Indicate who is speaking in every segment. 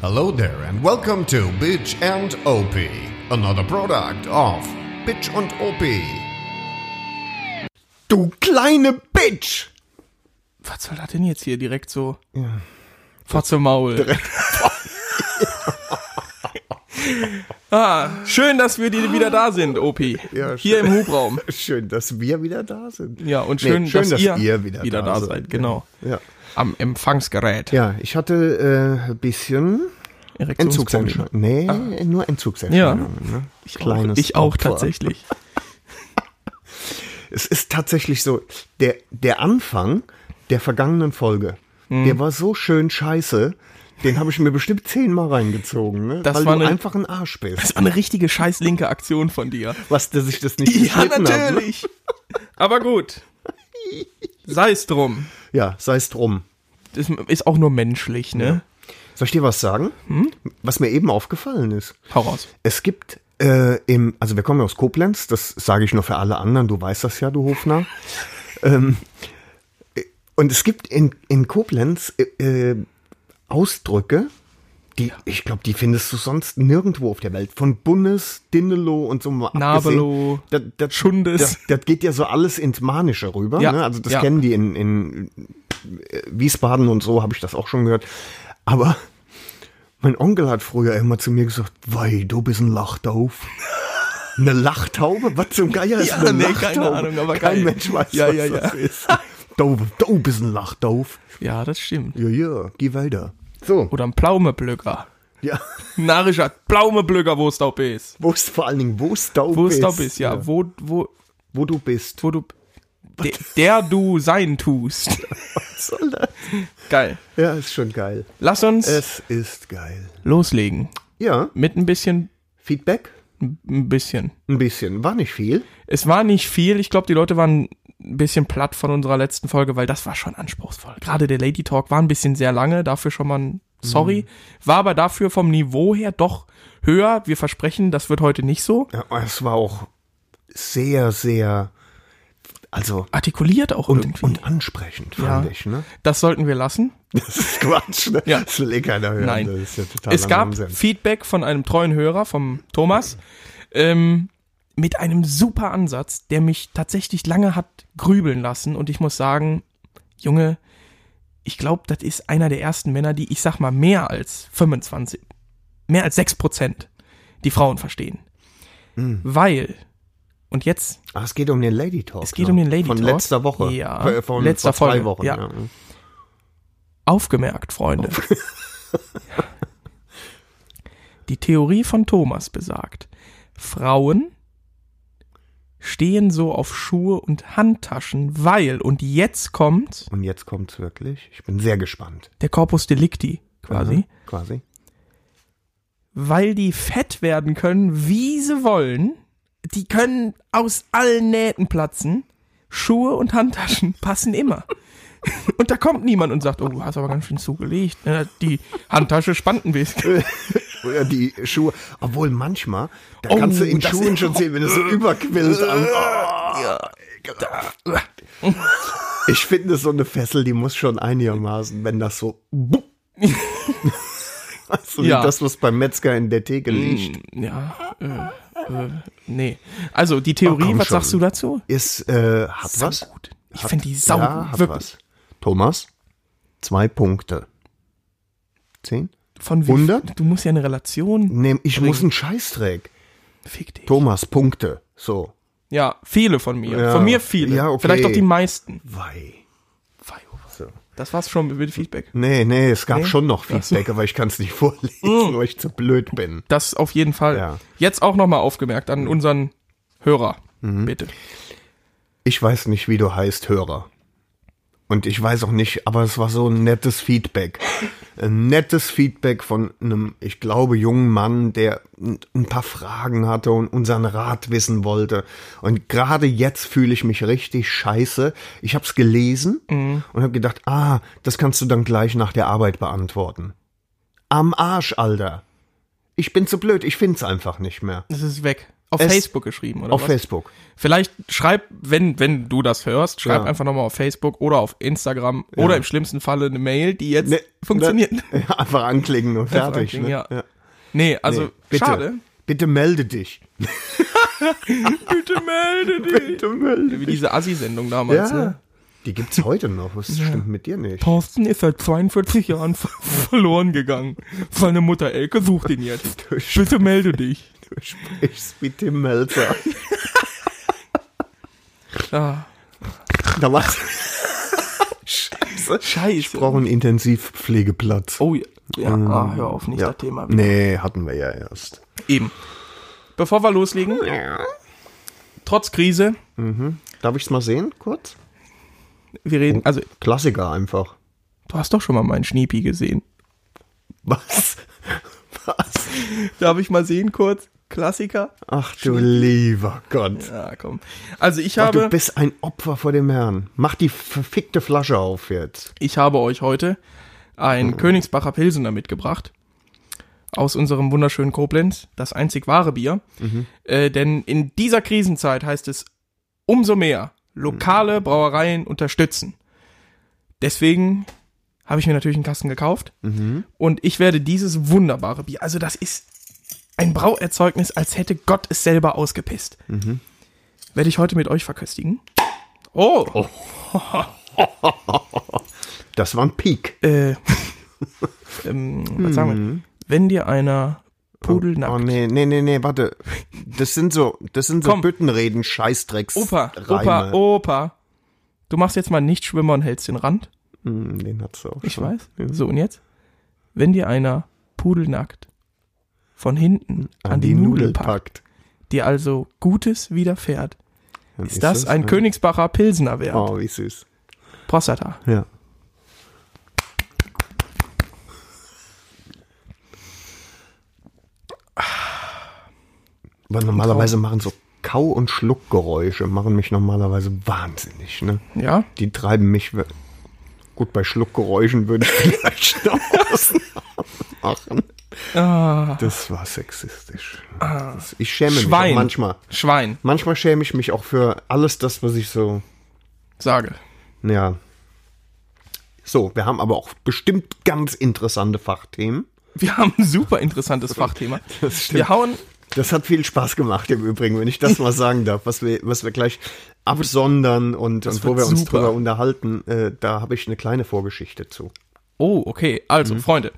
Speaker 1: Hello there and welcome to Bitch and OP, another product of Bitch und OP.
Speaker 2: Du kleine Bitch!
Speaker 3: Was soll das denn jetzt hier direkt so? Ja. Fotze Maul. ah, schön, dass wir die wieder da sind, OP.
Speaker 2: Ja,
Speaker 3: hier
Speaker 2: schön.
Speaker 3: im Hubraum.
Speaker 2: Schön, dass wir wieder da sind.
Speaker 3: Ja, und schön,
Speaker 2: schön
Speaker 3: dass, ihr,
Speaker 2: wieder,
Speaker 3: da, seid. Genau.
Speaker 2: Ja.
Speaker 3: Am Empfangsgerät.
Speaker 2: ja, ich hatte äh, ein bisschen Entzugserscheinungen. Nee, nur Entzugserscheinungen. Ja. Ne? Ich,
Speaker 3: Kleines Ah. ich auch tatsächlich.
Speaker 2: Es ist tatsächlich so, der, der Anfang der vergangenen Folge,
Speaker 3: Mhm.
Speaker 2: der war so schön scheiße, den habe ich mir bestimmt zehnmal reingezogen, ne?
Speaker 3: Das
Speaker 2: weil
Speaker 3: war
Speaker 2: du
Speaker 3: eine-
Speaker 2: einfach ein Arsch bist.
Speaker 3: Das war eine richtige scheiß linke Aktion von dir.
Speaker 2: Was, dass ich das nicht geschnitten habe, ne?
Speaker 3: Aber gut. Sei es drum.
Speaker 2: Ja, sei es drum.
Speaker 3: Das ist auch nur menschlich, ne?
Speaker 2: Soll ich dir was sagen?
Speaker 3: Hm?
Speaker 2: Was mir eben aufgefallen ist.
Speaker 3: Hau raus.
Speaker 2: Es gibt äh, im, also wir kommen ja aus Koblenz, das sage ich nur für alle anderen, du weißt das ja, du Hofner. ähm, äh, und es gibt in, in Koblenz äh, äh, Ausdrücke, die, ich glaube, die findest du sonst nirgendwo auf der Welt. Von Bundes, Dindelow und so mal abgesehen.
Speaker 3: Nabelo,
Speaker 2: das, das,
Speaker 3: Schundes.
Speaker 2: Das, das geht ja so alles ins Manische rüber.
Speaker 3: Ja,
Speaker 2: Ne? Also das
Speaker 3: ja.
Speaker 2: kennen die in, in äh, Wiesbaden und so, habe ich das auch schon gehört. Aber mein Onkel hat früher immer zu mir gesagt, wei, du bist ein Lachtauf. Eine Lachtaube? Was zum Geier ist
Speaker 3: Ja,
Speaker 2: eine
Speaker 3: nee,
Speaker 2: Lachtaube?
Speaker 3: keine Ahnung, aber
Speaker 2: Kein
Speaker 3: geil.
Speaker 2: Mensch weiß,
Speaker 3: Ja,
Speaker 2: was
Speaker 3: ja,
Speaker 2: das
Speaker 3: ja.
Speaker 2: ist. Du, du bist ein Lachtauf.
Speaker 3: Ja, das stimmt.
Speaker 2: Ja, ja, geh weiter. So,
Speaker 3: Oder ein Plaumeblöcker.
Speaker 2: ja.
Speaker 3: Narischer Plaumeblöcker, wo es da ist.
Speaker 2: Wo ist vor allen Dingen, wo ist du
Speaker 3: Wo es
Speaker 2: bist?
Speaker 3: da ist, ja. Wo, wo,
Speaker 2: Wo du bist.
Speaker 3: wo du. Der, der du sein tust.
Speaker 2: Was soll das?
Speaker 3: Geil.
Speaker 2: Ja, ist schon geil.
Speaker 3: Lass uns
Speaker 2: Es ist geil.
Speaker 3: loslegen.
Speaker 2: Ja,
Speaker 3: Mit ein bisschen.
Speaker 2: Feedback?
Speaker 3: Ein bisschen.
Speaker 2: Ein bisschen. War nicht viel.
Speaker 3: Es war nicht viel. Ich glaube, die Leute waren ein bisschen platt von unserer letzten Folge, weil das war schon anspruchsvoll. Gerade der Lady Talk war ein bisschen sehr lange, dafür schon mal ein Sorry. War aber dafür vom Niveau her doch höher. Wir versprechen, das wird heute nicht so.
Speaker 2: Ja, es war auch sehr, sehr, also
Speaker 3: Artikuliert auch
Speaker 2: und,
Speaker 3: irgendwie.
Speaker 2: und ansprechend, fand
Speaker 3: Ja.
Speaker 2: ich, ne?
Speaker 3: das sollten wir lassen.
Speaker 2: Das ist Quatsch, ne?
Speaker 3: Ja.
Speaker 2: Das will eh keiner hören.
Speaker 3: Nein.
Speaker 2: Das ist ja total
Speaker 3: Es gab
Speaker 2: Nonsens.
Speaker 3: Feedback von einem treuen Hörer, vom Thomas, ähm, mit einem super Ansatz, der mich tatsächlich lange hat grübeln lassen. Und ich muss sagen, Junge, ich glaube, das ist einer der ersten Männer, die, ich sag mal, mehr als 25, mehr als 6 Prozent die Frauen verstehen. Weil, und jetzt
Speaker 2: Ah, es geht um den Lady Talk.
Speaker 3: Es geht
Speaker 2: ne?
Speaker 3: um den Lady
Speaker 2: von
Speaker 3: Talk.
Speaker 2: Von letzter Woche.
Speaker 3: Ja.
Speaker 2: Äh, Von
Speaker 3: Letzter
Speaker 2: vor zwei
Speaker 3: Folge,
Speaker 2: Wochen.
Speaker 3: ja. aufgemerkt, Freunde. Die Theorie von Thomas besagt, Frauen stehen so auf Schuhe und Handtaschen, weil, und jetzt kommt
Speaker 2: Und jetzt kommt's wirklich. Ich bin sehr gespannt.
Speaker 3: der Corpus Delicti quasi,
Speaker 2: Mhm, Quasi.
Speaker 3: weil die fett werden können, wie sie wollen. Die können aus allen Nähten platzen. Schuhe und Handtaschen passen immer. Und da kommt niemand und sagt, oh, du hast aber ganz schön zugelegt. Ja, Die Handtasche spannt ein bisschen.
Speaker 2: Oder die Schuhe. Obwohl manchmal, da
Speaker 3: Oh,
Speaker 2: kannst du in
Speaker 3: das-
Speaker 2: Schuhen schon sehen, wenn es so überquillt an. Oh, Ich finde so eine Fessel, die muss schon einigermaßen, wenn das so. bup. Also
Speaker 3: Ja. Mm.
Speaker 2: wie das, was beim Metzger in der Theke liegt,
Speaker 3: Ja, äh, äh, nee. Also die Theorie,
Speaker 2: Ach, komm
Speaker 3: was
Speaker 2: schon.
Speaker 3: sagst du dazu?
Speaker 2: ist, äh, hat was?
Speaker 3: Gut. Ich
Speaker 2: Hat-
Speaker 3: finde die sau
Speaker 2: ja, hat
Speaker 3: wirklich.
Speaker 2: was. Thomas, zwei Punkte. Zehn?
Speaker 3: Von wie
Speaker 2: 100?
Speaker 3: Du musst ja eine Relation.
Speaker 2: Nee, ich muss einen Scheißdreck.
Speaker 3: Fick dich.
Speaker 2: Thomas, Punkte. So.
Speaker 3: Ja, viele von mir.
Speaker 2: Ja.
Speaker 3: Von mir viele.
Speaker 2: Ja, okay.
Speaker 3: Vielleicht auch die meisten.
Speaker 2: Wei.
Speaker 3: oh,
Speaker 2: So.
Speaker 3: Das war's schon mit Feedback.
Speaker 2: Nee, nee, es gab schon noch Feedback, aber ich kann es nicht vorlesen,
Speaker 3: Hm.
Speaker 2: weil ich zu blöd bin.
Speaker 3: Das auf jeden Fall.
Speaker 2: Ja. Hm.
Speaker 3: Jetzt auch nochmal aufgemerkt an unseren Hörer.
Speaker 2: Mhm.
Speaker 3: Bitte.
Speaker 2: Ich weiß nicht, wie du heißt, Hörer. Und ich weiß auch nicht, aber es war so ein nettes Feedback. Ein nettes Feedback von einem, ich glaube, jungen Mann, der ein ein paar Fragen hatte und unseren Rat wissen wollte. Und gerade jetzt fühle ich mich richtig scheiße. Ich habe es gelesen
Speaker 3: Mhm.
Speaker 2: und habe gedacht, ah, das kannst du dann gleich nach der Arbeit beantworten. Am Arsch, Alter. Ich bin zu blöd, ich find's einfach nicht mehr.
Speaker 3: Es ist weg. auf
Speaker 2: Es-
Speaker 3: Facebook geschrieben, oder
Speaker 2: Auf
Speaker 3: was?
Speaker 2: Facebook.
Speaker 3: Vielleicht schreib, wenn, wenn du das hörst, schreib
Speaker 2: Ja.
Speaker 3: einfach nochmal auf Facebook oder auf Instagram oder im schlimmsten Falle eine Mail, die jetzt
Speaker 2: Ne,
Speaker 3: funktioniert.
Speaker 2: ne, einfach anklicken und fertig.
Speaker 3: anklicken,
Speaker 2: ne?
Speaker 3: ja. Nee, also
Speaker 2: Nee, bitte,
Speaker 3: schade.
Speaker 2: Bitte melde dich.
Speaker 3: Bitte melde dich.
Speaker 2: Bitte melde
Speaker 3: Wie diese Assi-Sendung damals, ne?
Speaker 2: Ja. Die gibt's heute noch. Was stimmt mit dir nicht?
Speaker 3: Thorsten ist seit 42 Jahren ver verloren gegangen. Seine Mutter Elke sucht ihn jetzt. Bitte melde dich.
Speaker 2: Du sprichst mit dem Melzer.
Speaker 3: Ah,
Speaker 2: Da war's. Scheiße. Ich
Speaker 3: scheiße.
Speaker 2: brauche einen Intensivpflegeplatz.
Speaker 3: Oh, ja. ja. Ah, hör auf, nicht
Speaker 2: Ähm, Ja.
Speaker 3: das Thema.
Speaker 2: Nee, hatten wir ja erst.
Speaker 3: Eben. Bevor wir loslegen, trotz Krise,
Speaker 2: Darf ich's mal sehen, kurz?
Speaker 3: wir
Speaker 2: Oh.
Speaker 3: reden, also
Speaker 2: Klassiker einfach.
Speaker 3: du hast doch schon mal meinen Schniepi gesehen.
Speaker 2: Was? Was?
Speaker 3: Darf ich mal sehen kurz? Klassiker?
Speaker 2: Ach du lieber Gott.
Speaker 3: Ja, komm. Also ich
Speaker 2: Ach, du
Speaker 3: habe,
Speaker 2: bist ein Opfer vor dem Herrn. Mach die verfickte Flasche auf jetzt.
Speaker 3: ich habe euch heute ein Königsbacher Pilsener mitgebracht. Aus unserem wunderschönen Koblenz. Das einzig wahre Bier. Äh, denn in dieser Krisenzeit heißt es umso mehr lokale Brauereien unterstützen. Deswegen habe ich mir natürlich einen Kasten gekauft. Und ich werde dieses wunderbare Bier, also das ist ein Brauerzeugnis, als hätte Gott es selber ausgepisst. Werde ich heute mit euch verköstigen. Oh,
Speaker 2: Das war ein Peak.
Speaker 3: Äh, ähm, was sagen wir? Wenn dir einer pudelnackt...
Speaker 2: Mhm. Oh nee, nee, nee, nee, warte. Das sind so, das sind so
Speaker 3: Komm.
Speaker 2: Büttenreden, Scheißdrecks.
Speaker 3: Opa, Opa,
Speaker 2: Reime.
Speaker 3: Opa. Du machst jetzt mal einen Nichtschwimmer und hältst den Rand.
Speaker 2: Hm, Den hat's auch.
Speaker 3: Ich
Speaker 2: schon.
Speaker 3: weiß. So, und jetzt? Wenn dir einer pudelnackt von hinten an, die, Nudel packt, dir also Gutes widerfährt,
Speaker 2: Dann
Speaker 3: ist das ein Königsbacher Pilsener wert.
Speaker 2: Oh, wie süß.
Speaker 3: Prostata.
Speaker 2: Ja. Aber normalerweise machen so Kau- und Schluckgeräusche, machen mich normalerweise wahnsinnig, ne?
Speaker 3: Ja?
Speaker 2: Die treiben mich. we- Gut, bei Schluckgeräuschen würde ich vielleicht noch was machen.
Speaker 3: Ah,
Speaker 2: Das war sexistisch. Das- Ich schäme mich
Speaker 3: Schwein.
Speaker 2: auch manchmal.
Speaker 3: Schwein,
Speaker 2: Manchmal schäme ich mich auch für alles das, was ich so
Speaker 3: sage.
Speaker 2: Ja. So, wir haben aber auch bestimmt ganz interessante Fachthemen.
Speaker 3: Wir haben ein super interessantes Fachthema.
Speaker 2: Das stimmt.
Speaker 3: Wir hauen
Speaker 2: Das hat viel Spaß gemacht im Übrigen, wenn ich das mal sagen darf, was wir, was wir gleich absondern und, und wo
Speaker 3: wird
Speaker 2: wir uns
Speaker 3: super.
Speaker 2: drüber unterhalten. Äh, da habe ich eine kleine Vorgeschichte zu.
Speaker 3: Oh, okay.
Speaker 2: Mhm.
Speaker 3: Also, Freunde,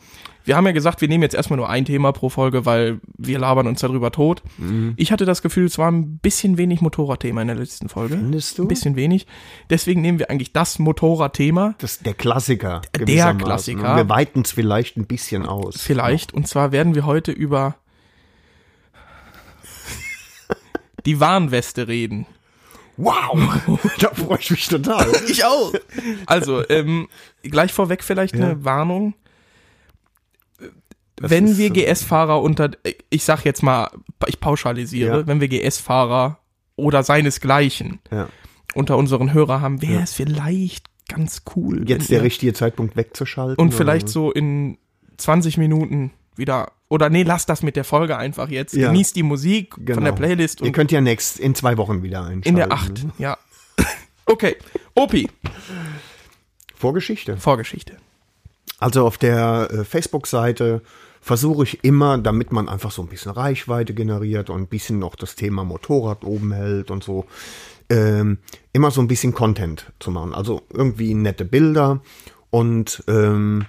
Speaker 3: wir haben ja gesagt, wir nehmen jetzt erstmal nur ein Thema pro Folge, weil wir labern uns darüber tot.
Speaker 2: Mhm.
Speaker 3: Ich hatte das Gefühl, es war ein bisschen wenig Motorradthema in der letzten Folge.
Speaker 2: Findest du?
Speaker 3: Ein bisschen wenig. Deswegen nehmen wir eigentlich das Motorradthema
Speaker 2: Das ist der Klassiker.
Speaker 3: Der
Speaker 2: gewissermaßen.
Speaker 3: Klassiker.
Speaker 2: Wir weiten es vielleicht ein bisschen aus.
Speaker 3: vielleicht.
Speaker 2: Genau.
Speaker 3: Und zwar werden wir heute über die Warnweste reden.
Speaker 2: Wow! da freue ich mich total.
Speaker 3: Ich auch. Also, ähm, gleich vorweg vielleicht eine Warnung. wenn
Speaker 2: ist äh,
Speaker 3: wir
Speaker 2: so-
Speaker 3: GS-Fahrer unter, ich sag jetzt mal, ich pauschalisiere,
Speaker 2: Ja.
Speaker 3: wenn wir GS-Fahrer oder seinesgleichen
Speaker 2: Ja.
Speaker 3: unter unseren Hörer haben, wäre es vielleicht ganz cool.
Speaker 2: Jetzt
Speaker 3: wenn
Speaker 2: der
Speaker 3: ihr-
Speaker 2: richtige Zeitpunkt wegzuschalten.
Speaker 3: Und
Speaker 2: oder?
Speaker 3: vielleicht so in 20 Minuten wieder, oder nee, lass das mit der Folge einfach jetzt.
Speaker 2: Ja.
Speaker 3: Genießt die Musik von
Speaker 2: Genau.
Speaker 3: der Playlist
Speaker 2: Ihr
Speaker 3: und
Speaker 2: könnt ne? ja nächst in zwei Wochen wieder einschalten.
Speaker 3: in der 8, ja. Okay, Opi,
Speaker 2: Vorgeschichte.
Speaker 3: Vorgeschichte.
Speaker 2: Also auf der äh, Facebook-Seite versuche ich immer, damit man einfach so ein bisschen Reichweite generiert und ein bisschen noch das Thema Motorrad oben hält und so, ähm, immer so ein bisschen Content zu machen. Also irgendwie nette Bilder und ähm,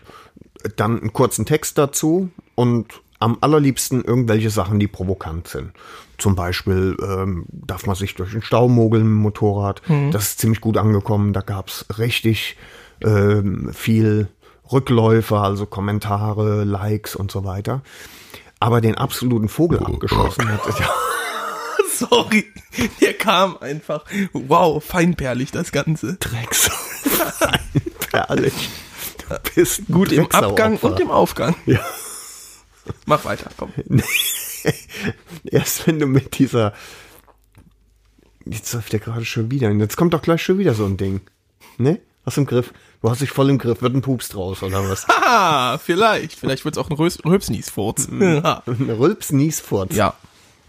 Speaker 2: dann einen kurzen Text dazu und am allerliebsten irgendwelche Sachen, die provokant sind. Zum Beispiel ähm, darf man sich durch den Stau mogeln mit dem Motorrad.
Speaker 3: Mhm.
Speaker 2: Das ist ziemlich gut angekommen. Da gab's richtig ähm, viel Rückläufe, also Kommentare, Likes und so weiter. Aber den absoluten Vogel abgeschossen hat. Ja,
Speaker 3: Sorry, der kam einfach. Wow, feinperlig das Ganze.
Speaker 2: Drecksau. Herrlich. Du bist ein
Speaker 3: Gut im
Speaker 2: Drecksauopfer.
Speaker 3: Abgang und im Aufgang.
Speaker 2: Ja.
Speaker 3: Mach weiter, komm.
Speaker 2: Erst wenn du mit dieser. Jetzt läuft der gerade schon wieder. Jetzt kommt doch gleich schon wieder so ein Ding. Ne? Hast du im Griff? Du hast dich voll im Griff. Wird ein Pups draus oder was?
Speaker 3: Ah, vielleicht.
Speaker 2: Hm.
Speaker 3: Vielleicht wird's auch ein Rös- Rülpsniesfurz.
Speaker 2: Ein Rülps Niesfurz.
Speaker 3: ja, Ah.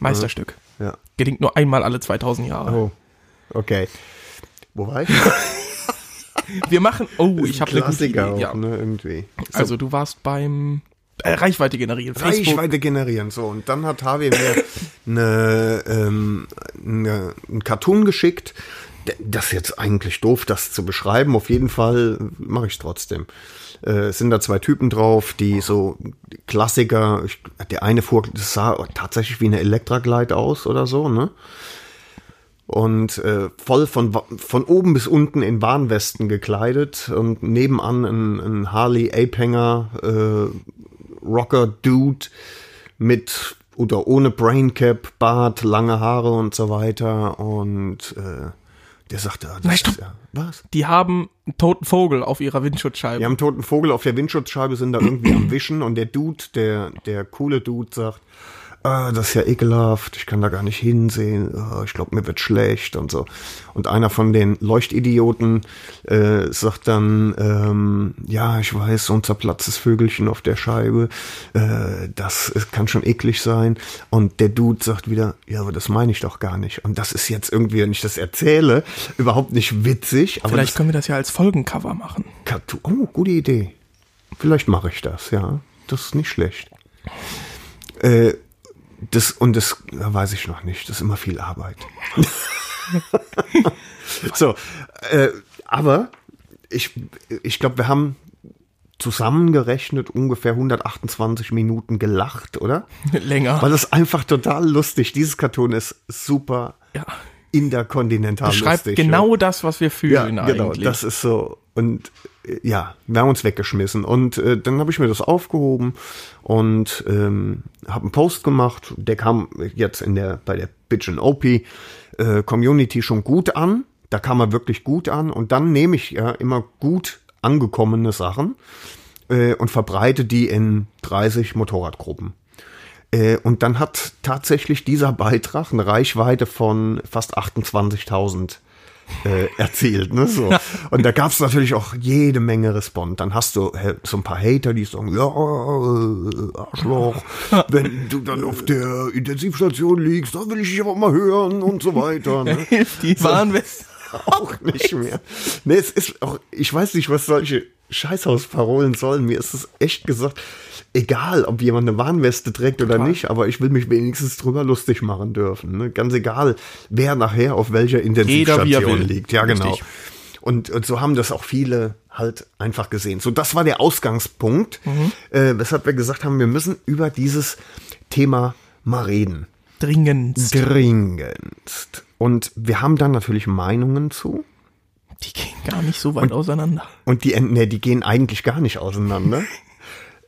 Speaker 3: Meisterstück.
Speaker 2: Ja.
Speaker 3: Gelingt nur einmal alle 2000 Jahre.
Speaker 2: Oh. Okay. Wo war ich?
Speaker 3: Wir machen. Oh, ich habe eine gute Idee.
Speaker 2: Klassiker auch,
Speaker 3: ja.
Speaker 2: ne, irgendwie.
Speaker 3: Also du warst beim äh, Reichweite generieren. Facebook.
Speaker 2: Reichweite generieren. So, und dann hat Harvey mir eine, ähm, eine, einen Cartoon geschickt. D- Das ist jetzt eigentlich doof, das zu beschreiben. Auf jeden Fall mache ich es trotzdem. Äh, es sind da zwei Typen drauf, die so Klassiker, ich, der eine fuhr, das sah tatsächlich wie eine Elektraglide aus oder so, ne? und äh, voll von, wa- von oben bis unten in Warnwesten gekleidet und nebenan ein, ein Harley Apehänger äh, Rocker Dude mit oder ohne Braincap, Bart, lange Haare und so weiter und äh, der sagte, ah, das
Speaker 3: Nein,
Speaker 2: ist
Speaker 3: stopp.
Speaker 2: ja, was?
Speaker 3: Die haben einen toten Vogel auf ihrer Windschutzscheibe.
Speaker 2: Wir haben einen toten Vogel auf der Windschutzscheibe, sind da irgendwie am Wischen und der Dude, der, der coole Dude sagt, ah, das ist ja ekelhaft, ich kann da gar nicht hinsehen, ah, ich glaube, mir wird schlecht und so. Und einer von den Leuchtidioten äh, sagt dann, ähm, ja, ich weiß, so ein zerplatztes Vögelchen auf der Scheibe, äh, das ist, kann schon eklig sein. Und der Dude sagt wieder, ja, aber das meine ich doch gar nicht. Und das ist jetzt irgendwie, wenn ich das erzähle, überhaupt nicht witzig, aber das
Speaker 3: Vielleicht können wir das ja als Folgencover machen.
Speaker 2: Cartoon. Oh, gute Idee. Vielleicht mache ich das, ja. Das ist nicht schlecht. Äh, das, und das ja, weiß ich noch nicht. Das ist immer viel Arbeit. so, äh, aber ich, ich glaube, wir haben zusammengerechnet ungefähr 128 Minuten gelacht, oder?
Speaker 3: Länger.
Speaker 2: Weil das einfach total lustig. Dieses Cartoon ist super
Speaker 3: Ja.
Speaker 2: interkontinental
Speaker 3: Beschreibt
Speaker 2: lustig.
Speaker 3: genau das, was wir fühlen eigentlich.
Speaker 2: genau, das ist so. Und äh, ja, wir haben uns weggeschmissen. Und äh, dann habe ich mir das aufgehoben und ähm, habe einen Post gemacht. Der kam jetzt in der bei der Pigeon OP äh, Community schon gut an. Da kam er wirklich gut an. Und dann nehme ich ja immer gut angekommene Sachen äh, und verbreite die in 30 Motorradgruppen. Äh, Und dann hat tatsächlich dieser Beitrag eine Reichweite von fast 28.000 äh, erzielt. Ne? So. Und da gab es natürlich auch jede Menge Respond. Dann hast du äh, so ein paar Hater, die sagen, ja, äh, Arschloch, wenn du dann auf der Intensivstation liegst, dann will ich dich aber mal hören und so weiter. Ne?
Speaker 3: Hilft die Warnweste.
Speaker 2: auch nicht mehr. Nee, es ist auch, ich weiß nicht, was solche Scheißhausparolen sollen. Mir ist es echt gesagt, egal, ob jemand eine Warnweste trägt oder nicht, aber ich will mich wenigstens drüber lustig machen dürfen. Ne? Ganz egal, wer nachher auf welcher
Speaker 3: Jeder, wie er
Speaker 2: Intensivstation
Speaker 3: will.
Speaker 2: liegt. Ja, genau.
Speaker 3: Richtig.
Speaker 2: Und, und so haben das auch viele halt einfach gesehen. So, das war der Ausgangspunkt,
Speaker 3: Mhm.
Speaker 2: äh, weshalb wir gesagt haben, wir müssen über dieses Thema mal reden.
Speaker 3: Dringend.
Speaker 2: Dringendst. Und wir haben dann natürlich Meinungen zu.
Speaker 3: Die gehen gar nicht so weit auseinander.
Speaker 2: Und die enden, ne, die gehen eigentlich gar nicht auseinander.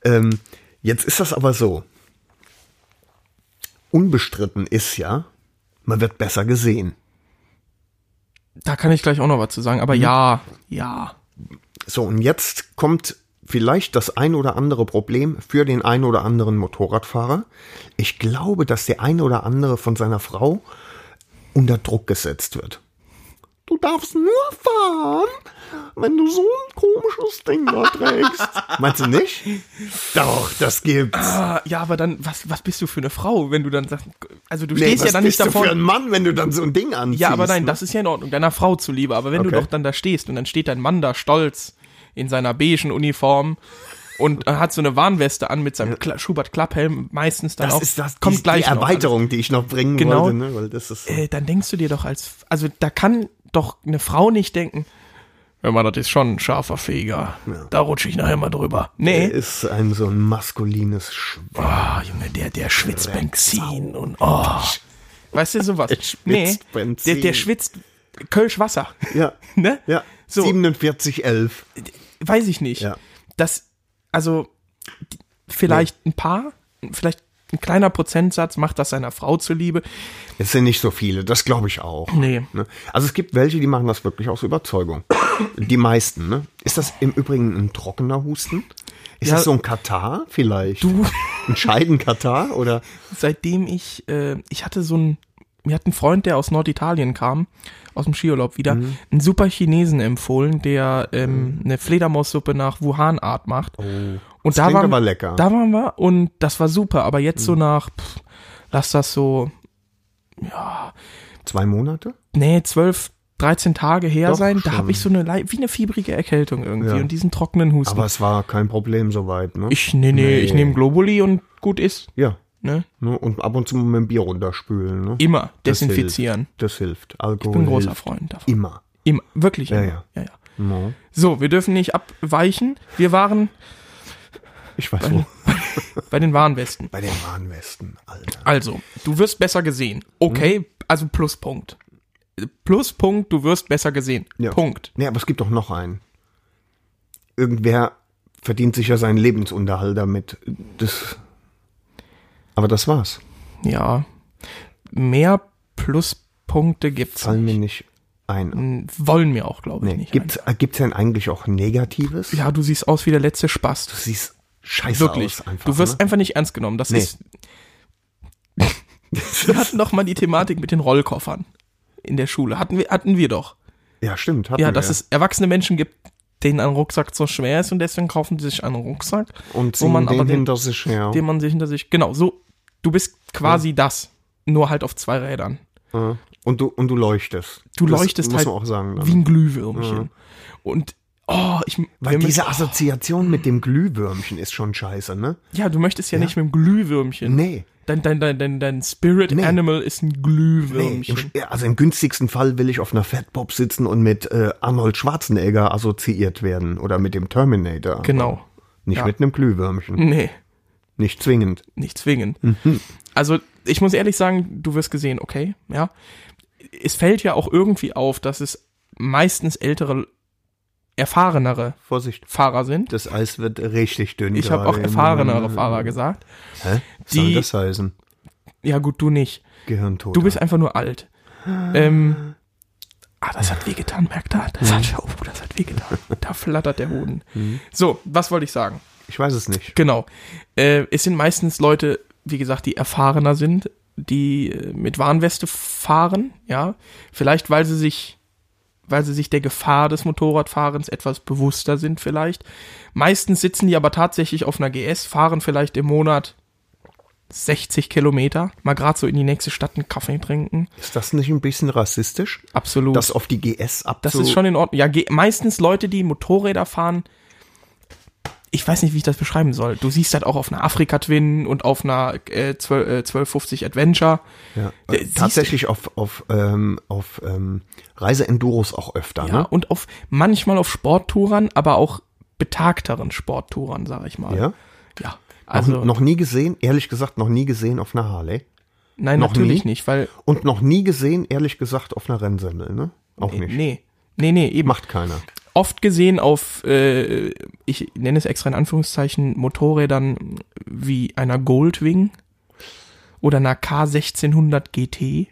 Speaker 2: ähm, jetzt ist das aber so. Unbestritten ist ja, man wird besser gesehen.
Speaker 3: Da kann ich gleich auch noch was zu sagen. Aber
Speaker 2: Mhm.
Speaker 3: ja, ja.
Speaker 2: So, und jetzt kommt vielleicht das ein oder andere Problem für den ein oder anderen Motorradfahrer. Ich glaube, dass der ein oder andere von seiner Frau unter Druck gesetzt wird. Du darfst nur fahren, wenn du so ein komisches Ding da trägst. Meinst du nicht? Doch, das gibt's.
Speaker 3: Ah, ja, aber dann, was, was bist du für eine Frau, wenn du dann sagst, also du
Speaker 2: Nee,
Speaker 3: stehst ja
Speaker 2: was
Speaker 3: dann nicht
Speaker 2: bist du für
Speaker 3: davor.
Speaker 2: ein Mann, wenn du dann so ein Ding anziehst.
Speaker 3: Ja, aber nein,
Speaker 2: ne?
Speaker 3: das ist ja in Ordnung, deiner Frau zuliebe. Aber wenn
Speaker 2: Okay.
Speaker 3: du doch dann da stehst und dann steht dein Mann da stolz in seiner beigen Uniform und äh, hat so eine Warnweste an mit seinem Kla Schubert-Klapphelm, meistens dann
Speaker 2: das
Speaker 3: auch,
Speaker 2: ist das,
Speaker 3: kommt
Speaker 2: die,
Speaker 3: gleich
Speaker 2: die
Speaker 3: noch alles.
Speaker 2: Erweiterung, die ich noch bringen
Speaker 3: Genau.
Speaker 2: wollte. Ne? Weil das ist,
Speaker 3: äh, dann denkst du dir doch als, also da kann doch eine Frau nicht denken, wenn man das ist schon ein scharfer Feger, da rutsche ich nachher mal drüber. Nee,
Speaker 2: Er ist ein so ein maskulines Schwein.
Speaker 3: oh, Junge, der, der schwitzt Benzin und oh. Weißt du sowas?
Speaker 2: Der schwitzt Benzin.
Speaker 3: der, der schwitzt Kölschwasser.
Speaker 2: Ja.
Speaker 3: ne?
Speaker 2: Ja.
Speaker 3: So.
Speaker 2: 4711.
Speaker 3: Weiß ich nicht.
Speaker 2: Ja.
Speaker 3: Das, also, die- vielleicht ein paar, vielleicht ein kleiner Prozentsatz macht das seiner Frau zuliebe.
Speaker 2: Es sind nicht so viele, das glaube ich auch.
Speaker 3: Nee.
Speaker 2: Ne? Also es gibt welche, die machen das wirklich aus Überzeugung. Die meisten, ne? Ist das im Übrigen ein trockener Husten? Ist
Speaker 3: Ja.
Speaker 2: das so ein Katar vielleicht?
Speaker 3: Du.
Speaker 2: Ein Scheidenkatar oder?
Speaker 3: seitdem ich, äh, ich hatte so ein, mir hat ein Freund, der aus Norditalien kam, aus dem Skiurlaub wieder,
Speaker 2: Mhm.
Speaker 3: einen super Chinesen empfohlen, der ähm, eine Fledermaussuppe nach Wuhan-Art macht. und da
Speaker 2: Oh, klingt
Speaker 3: waren,
Speaker 2: aber lecker. Mhm.
Speaker 3: da waren wir und das war super, aber jetzt so nach, pff, lass das so ja,
Speaker 2: Zwei Monate?
Speaker 3: nee, 12, 13 Tage her
Speaker 2: Doch
Speaker 3: sein. Da
Speaker 2: schon.
Speaker 3: habe ich so eine, lei- wie eine fiebrige Erkältung irgendwie
Speaker 2: Ja.
Speaker 3: und diesen trockenen Husten.
Speaker 2: Aber es war kein Problem soweit, ne?
Speaker 3: ich, nee, nee, ich nehme Globuli und gut ist,
Speaker 2: Ja.
Speaker 3: ne?
Speaker 2: Ne? Und ab und zu mal mit dem Bier runterspülen, ne?
Speaker 3: Immer
Speaker 2: Das hilft.
Speaker 3: desinfizieren.
Speaker 2: Das hilft. Alkohol
Speaker 3: Ich bin großer
Speaker 2: hilft.
Speaker 3: Freund davon.
Speaker 2: Immer. ne?
Speaker 3: Immer, wirklich
Speaker 2: Ja,
Speaker 3: immer.
Speaker 2: ja.
Speaker 3: Ja, ja.
Speaker 2: No.
Speaker 3: So, wir dürfen nicht abweichen. Wir waren
Speaker 2: Ich weiß wo.
Speaker 3: bei den Warnwesten.
Speaker 2: Bei den Warnwesten, Alter.
Speaker 3: Also, du wirst besser gesehen. Okay,
Speaker 2: Mhm.
Speaker 3: also Pluspunkt. Pluspunkt, du wirst besser gesehen.
Speaker 2: Ja.
Speaker 3: Punkt.
Speaker 2: Nee, aber es gibt doch noch einen. Irgendwer verdient sich ja seinen Lebensunterhalt damit. Das. Aber das war's.
Speaker 3: Ja. Mehr Pluspunkte gibt's.
Speaker 2: Fallen mir nicht ein.
Speaker 3: Hm, Wollen wir auch, glaube ich,
Speaker 2: Nee.
Speaker 3: nicht.
Speaker 2: Gibt's, äh, gibt's denn eigentlich auch Negatives?
Speaker 3: ein. Ja, du siehst aus wie der letzte Spaß.
Speaker 2: Du siehst scheiße
Speaker 3: Wirklich.
Speaker 2: aus einfach.
Speaker 3: du wirst
Speaker 2: ne?
Speaker 3: einfach nicht ernst genommen. Das
Speaker 2: Nee.
Speaker 3: ist. wir hatten noch mal die Thematik mit den Rollkoffern in der Schule. Hatten wir, hatten wir doch.
Speaker 2: ne? Ja, stimmt. hatten
Speaker 3: Ja,
Speaker 2: wir.
Speaker 3: dass es erwachsene Menschen gibt, denen ein Rucksack so schwer ist und deswegen kaufen die sich einen Rucksack,
Speaker 2: Und
Speaker 3: wo
Speaker 2: ziehen
Speaker 3: man
Speaker 2: den
Speaker 3: aber den-
Speaker 2: hinter sich her.
Speaker 3: den man sich hinter sich. Genau, so. Du bist quasi das. Nur halt auf zwei Rädern.
Speaker 2: Ja. Und du, und du leuchtest.
Speaker 3: Du
Speaker 2: das
Speaker 3: leuchtest
Speaker 2: muss
Speaker 3: halt
Speaker 2: man auch sagen. dann.
Speaker 3: Wie ein Glühwürmchen. Und oh, ich. wir
Speaker 2: Weil
Speaker 3: müssen-
Speaker 2: diese Assoziation mit dem Glühwürmchen ist schon scheiße, ne?
Speaker 3: ja, du möchtest ja, nicht mit dem Glühwürmchen.
Speaker 2: Nee.
Speaker 3: Dein, dein, dein, dein, dein Spirit
Speaker 2: Nee.
Speaker 3: Animal ist ein
Speaker 2: nee.
Speaker 3: Glühwürmchen.
Speaker 2: Im- ja, Also im günstigsten Fall will ich auf einer Fatbob sitzen und mit äh, Arnold Schwarzenegger assoziiert werden oder mit dem Terminator.
Speaker 3: Genau.
Speaker 2: Nicht
Speaker 3: ja.
Speaker 2: mit einem Glühwürmchen.
Speaker 3: Nee.
Speaker 2: Nicht zwingend.
Speaker 3: nicht zwingend. Also ich muss ehrlich sagen, du wirst gesehen, okay, ja. Es fällt ja auch irgendwie auf, dass es meistens ältere, erfahrenere
Speaker 2: Vorsicht.
Speaker 3: Fahrer sind.
Speaker 2: Das Eis wird richtig dünn.
Speaker 3: Ich habe
Speaker 2: gerade
Speaker 3: auch
Speaker 2: im-
Speaker 3: erfahrenere Fahrer gesagt.
Speaker 2: Hä? Was soll
Speaker 3: Die-
Speaker 2: das heißen?
Speaker 3: Ja gut, du nicht.
Speaker 2: Gehirntod.
Speaker 3: Du bist einfach nur alt. Ähm, ah, das hat wehgetan, merkt er. Das hat, oh, das hat wehgetan. Da flattert der Hoden. So, was wollte ich sagen?
Speaker 2: Ich weiß es nicht.
Speaker 3: Genau. Äh, es sind meistens Leute, wie gesagt, die erfahrener sind, die äh, mit Warnweste fahren, ja. Vielleicht, weil sie sich, weil sie sich der Gefahr des Motorradfahrens etwas bewusster sind, vielleicht. Meistens sitzen die aber tatsächlich auf einer GS, fahren vielleicht im Monat 60 Kilometer, mal gerade so in die nächste Stadt einen Kaffee trinken.
Speaker 2: Ist das nicht ein bisschen rassistisch?
Speaker 3: Absolut.
Speaker 2: Das auf die GS ab.
Speaker 3: Das ist schon in Ordnung. Ja, ge- meistens Leute, die Motorräder fahren, ich weiß nicht, wie ich das beschreiben soll. Du siehst halt auch auf einer Afrika Twin und auf einer äh, 12, äh, 1250 Adventure.
Speaker 2: Ja.
Speaker 3: Äh,
Speaker 2: Äh,
Speaker 3: siehst-
Speaker 2: Tatsächlich auf, auf, ähm, auf ähm, Reiseenduros auch öfter,
Speaker 3: Ja,
Speaker 2: ne?
Speaker 3: und auf manchmal auf Sporttourern, aber auch betagteren Sporttourern, sag ich mal.
Speaker 2: Ja?
Speaker 3: Ja. Also
Speaker 2: noch, noch nie gesehen, ehrlich gesagt, noch nie gesehen auf einer Harley.
Speaker 3: nein,
Speaker 2: noch
Speaker 3: natürlich
Speaker 2: nie?
Speaker 3: nicht, weil
Speaker 2: Und noch nie gesehen, ehrlich gesagt, auf einer Rennsemmel, ne? Auch nicht.
Speaker 3: nee, nee, nee, eben
Speaker 2: Macht keiner.
Speaker 3: oft gesehen auf, äh, ich nenne es extra in Anführungszeichen, Motorrädern wie einer Goldwing oder einer K1600 GT.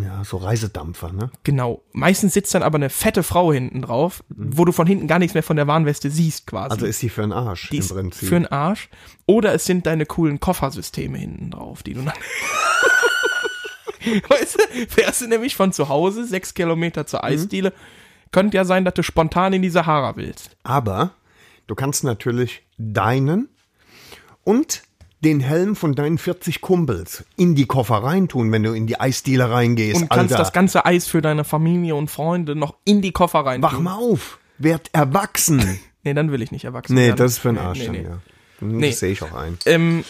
Speaker 2: Ja, so Reisedampfer, ne?
Speaker 3: Genau. Meistens sitzt dann aber eine fette Frau hinten drauf, wo du von hinten gar nichts mehr von der Warnweste siehst quasi.
Speaker 2: Mhm. Also ist die für einen Arsch
Speaker 3: die
Speaker 2: im
Speaker 3: ist
Speaker 2: Prinzip.
Speaker 3: für einen Arsch. Oder es sind deine coolen Koffersysteme hinten drauf, die du dann... weißt du, fährst du nämlich von zu Hause sechs Kilometer
Speaker 2: Mhm.
Speaker 3: zur Eisdiele, könnte ja sein, dass du spontan in die Sahara willst.
Speaker 2: Aber du kannst natürlich deinen und den Helm von deinen 40 Kumpels in die Koffer reintun, wenn du in die Eisdiele reingehst.
Speaker 3: und kannst
Speaker 2: Alter,
Speaker 3: das ganze Eis für deine Familie und Freunde noch in die Koffer rein.
Speaker 2: wach mal auf! Werd erwachsen!
Speaker 3: Nee, dann will ich nicht erwachsen
Speaker 2: Nee,
Speaker 3: werden.
Speaker 2: das ist für einen Arsch
Speaker 3: nee,
Speaker 2: dann,
Speaker 3: nee.
Speaker 2: ja. Hm,
Speaker 3: Nee.
Speaker 2: Das sehe ich auch ein.
Speaker 3: Ähm,